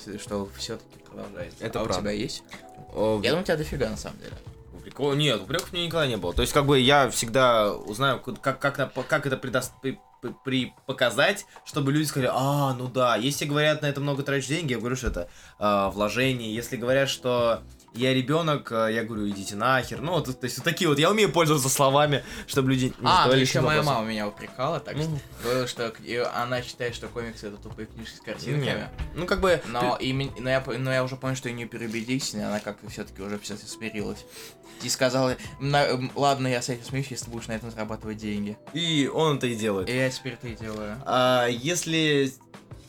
[SPEAKER 1] все-таки продолжается.
[SPEAKER 4] Это
[SPEAKER 1] а у
[SPEAKER 4] правда.
[SPEAKER 1] тебя есть?
[SPEAKER 2] Э,
[SPEAKER 4] О,
[SPEAKER 1] Я думаю, у тебя дофига на самом деле.
[SPEAKER 2] Упреко- Нет, упреков у меня никогда не было. То есть, как бы я всегда узнаю, к- как, как, на- как это предос- при- при- при- показать, чтобы люди сказали, а, ну да, если говорят на это много тратишь деньги, я говорю, что это а, вложение. Если говорят, что я ребенок, а, я говорю, идите нахер. Ну, вот, то есть, вот такие вот, я умею пользоваться словами, чтобы люди не
[SPEAKER 1] а, ну
[SPEAKER 2] задавали
[SPEAKER 1] еще
[SPEAKER 2] лишних
[SPEAKER 1] моя
[SPEAKER 2] вопросов.
[SPEAKER 1] мама меня упрекала, так
[SPEAKER 2] Ну.
[SPEAKER 1] что говорила, что к- и она считает, что комиксы это тупые книжки с картинками.
[SPEAKER 2] Нет. Ну, как бы...
[SPEAKER 1] Но, и, мен- но, я, по- но я уже понял, что ее не переубедить, и она как-то все-таки уже все смирилась. И сказала, «На- м, ладно, я с этим смеюсь, если ты будешь на этом зарабатывать деньги.
[SPEAKER 2] И он это и делает.
[SPEAKER 1] И я теперь это и делаю.
[SPEAKER 2] А, если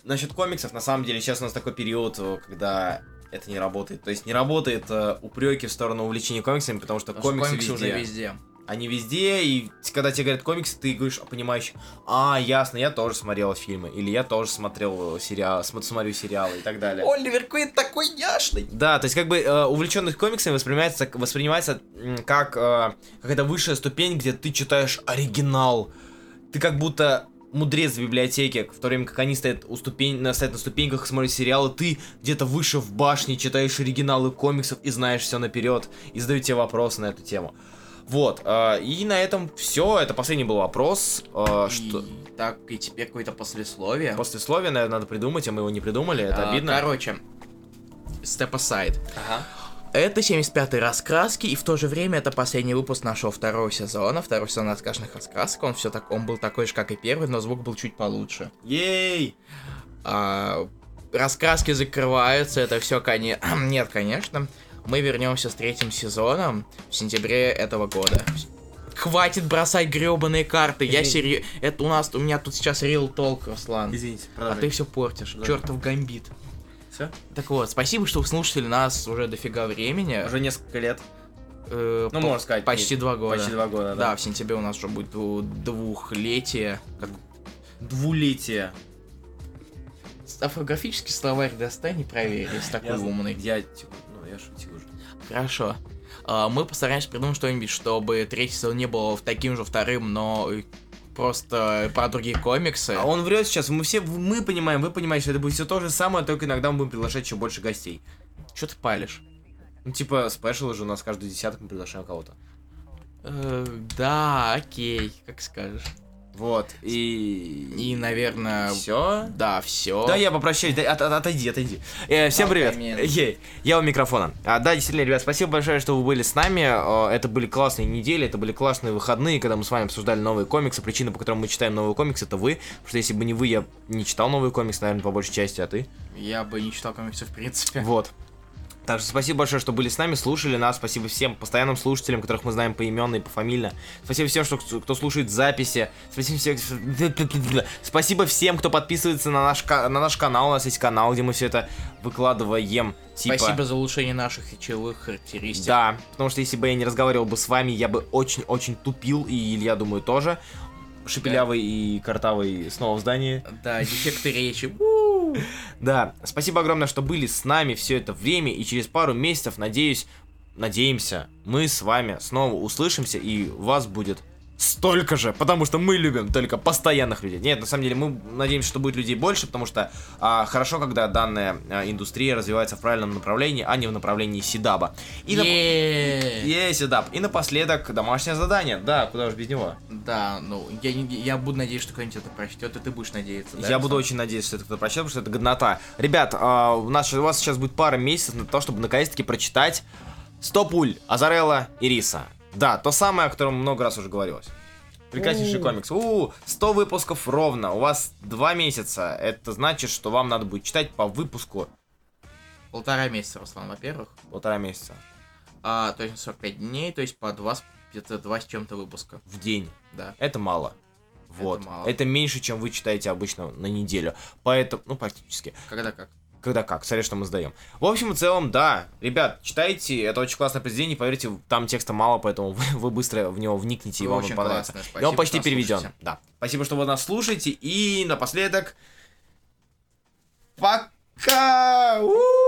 [SPEAKER 2] насчет комиксов, на самом деле сейчас у нас такой период, э, когда это не работает. То есть не работает э, упреки в сторону увлечения комиксами, потому что
[SPEAKER 1] Потому
[SPEAKER 2] комиксы,
[SPEAKER 1] что комиксы
[SPEAKER 2] везде.
[SPEAKER 1] уже везде.
[SPEAKER 2] Они везде, и т- когда тебе говорят комиксы, ты говоришь, понимаешь, а, ясно, я тоже смотрел фильмы, или я тоже смотрел э, сериал, см- смотрю сериалы и так далее.
[SPEAKER 1] Оливер Квин такой яшный!
[SPEAKER 2] Да, то есть как бы увлеченность комиксами воспринимается, воспринимается м, как э, какая-то высшая ступень, где ты читаешь оригинал. Ты как будто мудрец в библиотеке, в то время как они стоят, у ступень, на, стоят на ступеньках и смотрят сериалы, ты где-то выше в башне читаешь оригиналы комиксов и знаешь все наперед, и задают тебе вопросы на эту тему. Вот, э, и на этом все, это последний был вопрос, э, что...
[SPEAKER 1] И так, и теперь какое-то послесловие.
[SPEAKER 2] Послесловие, наверное, надо придумать, а мы его не придумали, это
[SPEAKER 1] А,
[SPEAKER 2] обидно.
[SPEAKER 1] Короче, Step Aside. Это 75-й раскраски, и в то же время это последний выпуск нашего второго сезона. Второй сезон раскрашенных раскрасок. Он все так, он был такой же, как и первый, но звук был чуть получше.
[SPEAKER 2] Ей!
[SPEAKER 1] А, раскраски закрываются, это все конец. Нет, конечно. Мы вернемся с третьим сезоном в сентябре этого года. Хватит бросать гребаные карты. Я серьезно. Это у нас у меня тут сейчас real толк, Руслан.
[SPEAKER 2] Извините,
[SPEAKER 1] А
[SPEAKER 2] продолжай.
[SPEAKER 1] ты все портишь.
[SPEAKER 2] Да.
[SPEAKER 1] Чертов гамбит.
[SPEAKER 2] Всё?
[SPEAKER 1] Так вот, спасибо, что вы слушали нас уже дофига времени.
[SPEAKER 2] Уже несколько лет.
[SPEAKER 1] Э,
[SPEAKER 2] Ну,
[SPEAKER 1] по-
[SPEAKER 2] можно сказать.
[SPEAKER 1] почти
[SPEAKER 2] нет,
[SPEAKER 1] два года.
[SPEAKER 2] Почти два года,
[SPEAKER 1] да.
[SPEAKER 2] да.
[SPEAKER 1] в сентябре у нас уже будет дву- двухлетие. Как...
[SPEAKER 2] Двулетие.
[SPEAKER 1] Афрографический словарь достань и проверь, если такой
[SPEAKER 2] Я-
[SPEAKER 1] умный.
[SPEAKER 2] Я, типа, ну, я шутил уже.
[SPEAKER 1] Хорошо. А, Мы постараемся придумать что-нибудь, чтобы третий сезон не был таким же вторым, но и просто про другие комиксы.
[SPEAKER 2] А он врет сейчас, мы все, мы понимаем, вы понимаете, что это будет все то же самое, только иногда мы будем приглашать еще больше гостей.
[SPEAKER 1] Что ты палишь?
[SPEAKER 2] Ну, типа, спешл же у нас каждый десяток мы приглашаем кого-то.
[SPEAKER 1] Э, да, окей, как скажешь.
[SPEAKER 2] Вот, и...
[SPEAKER 1] И, наверное,
[SPEAKER 2] Все?
[SPEAKER 1] да, все.
[SPEAKER 2] Да, я попрощаюсь, да, от- от- отойди, отойди. Э, всем
[SPEAKER 1] А,
[SPEAKER 2] привет.
[SPEAKER 1] камин.
[SPEAKER 2] Ей, я у микрофона. А, да, действительно, ребят, спасибо большое, что вы были с нами. Э, Это были классные недели, это были классные выходные, когда мы с вами обсуждали новые комиксы. Причина, по которой мы читаем новые комиксы, это вы. Потому что если бы не вы, я не читал новые комиксы, наверное, по большей части, а ты.
[SPEAKER 1] Я бы не читал комиксы в принципе.
[SPEAKER 2] Вот. Так что спасибо большое, что были с нами, слушали нас. Спасибо всем постоянным слушателям, которых мы знаем поименно и пофамильно. Спасибо всем, что, кто слушает записи. Спасибо всем, спасибо всем кто подписывается на наш, ка- на наш канал. У нас есть канал, где мы все это выкладываем. Типа...
[SPEAKER 1] Спасибо за улучшение наших речевых характеристик.
[SPEAKER 2] Да, потому что если бы я не разговаривал бы с вами, я бы очень-очень тупил, и Илья, думаю, тоже. Шепелявый и Картавый снова в здании.
[SPEAKER 1] Да, дефекты речи.
[SPEAKER 2] Да, спасибо огромное, что были с нами все это время, и через пару месяцев, надеюсь, надеемся, мы с вами снова услышимся, и вас будет столько же, потому что мы любим только постоянных людей. Нет, на самом деле мы надеемся, что будет людей больше, потому что а, хорошо, когда данная а, индустрия развивается в правильном направлении, а не в направлении Сидаба. И на-
[SPEAKER 1] Е-е-е.
[SPEAKER 2] Е, Сидаб. И напоследок домашнее задание. Да, куда же без него.
[SPEAKER 1] Да, ну, я, не- я буду надеяться, что кто-нибудь это прочтет, и ты будешь надеяться. да,
[SPEAKER 2] Я буду
[SPEAKER 1] Руслан?
[SPEAKER 2] очень надеяться, что это кто-то прочитает, потому что это годнота. Ребят, а, у, нас, у вас сейчас будет пара месяцев на то, чтобы наконец-таки прочитать 100 пуль Азарелла и Риса. Да, то самое, о котором много раз уже говорилось. Прекраснейший комикс. У, 100 выпусков ровно. У вас 2 месяца. Это значит, что вам надо будет читать по выпуску
[SPEAKER 1] Полтора месяца, Руслан, во-первых.
[SPEAKER 2] полтора месяца
[SPEAKER 1] А, то есть 45 дней, то есть по два, с- где-то два с чем-то выпуска.
[SPEAKER 2] в день.
[SPEAKER 1] Да.
[SPEAKER 2] Это мало. Вот. Это,
[SPEAKER 1] мало.
[SPEAKER 2] меньше, чем вы читаете обычно на неделю. Поэтому, ну, практически.
[SPEAKER 1] Когда как?
[SPEAKER 2] когда как, смотря что мы сдаем. В общем и целом, да, ребят, читайте, это очень классное произведение, поверьте, там текста мало, поэтому вы, вы быстро в него вникнете, и
[SPEAKER 1] Вы
[SPEAKER 2] вам он
[SPEAKER 1] Ну, очень
[SPEAKER 2] понравится.
[SPEAKER 1] классные,
[SPEAKER 2] и он
[SPEAKER 1] спасибо,
[SPEAKER 2] почти
[SPEAKER 1] что
[SPEAKER 2] переведен,
[SPEAKER 1] слушаете.
[SPEAKER 2] да. Спасибо, что вы нас слушаете, и напоследок... Пока! У!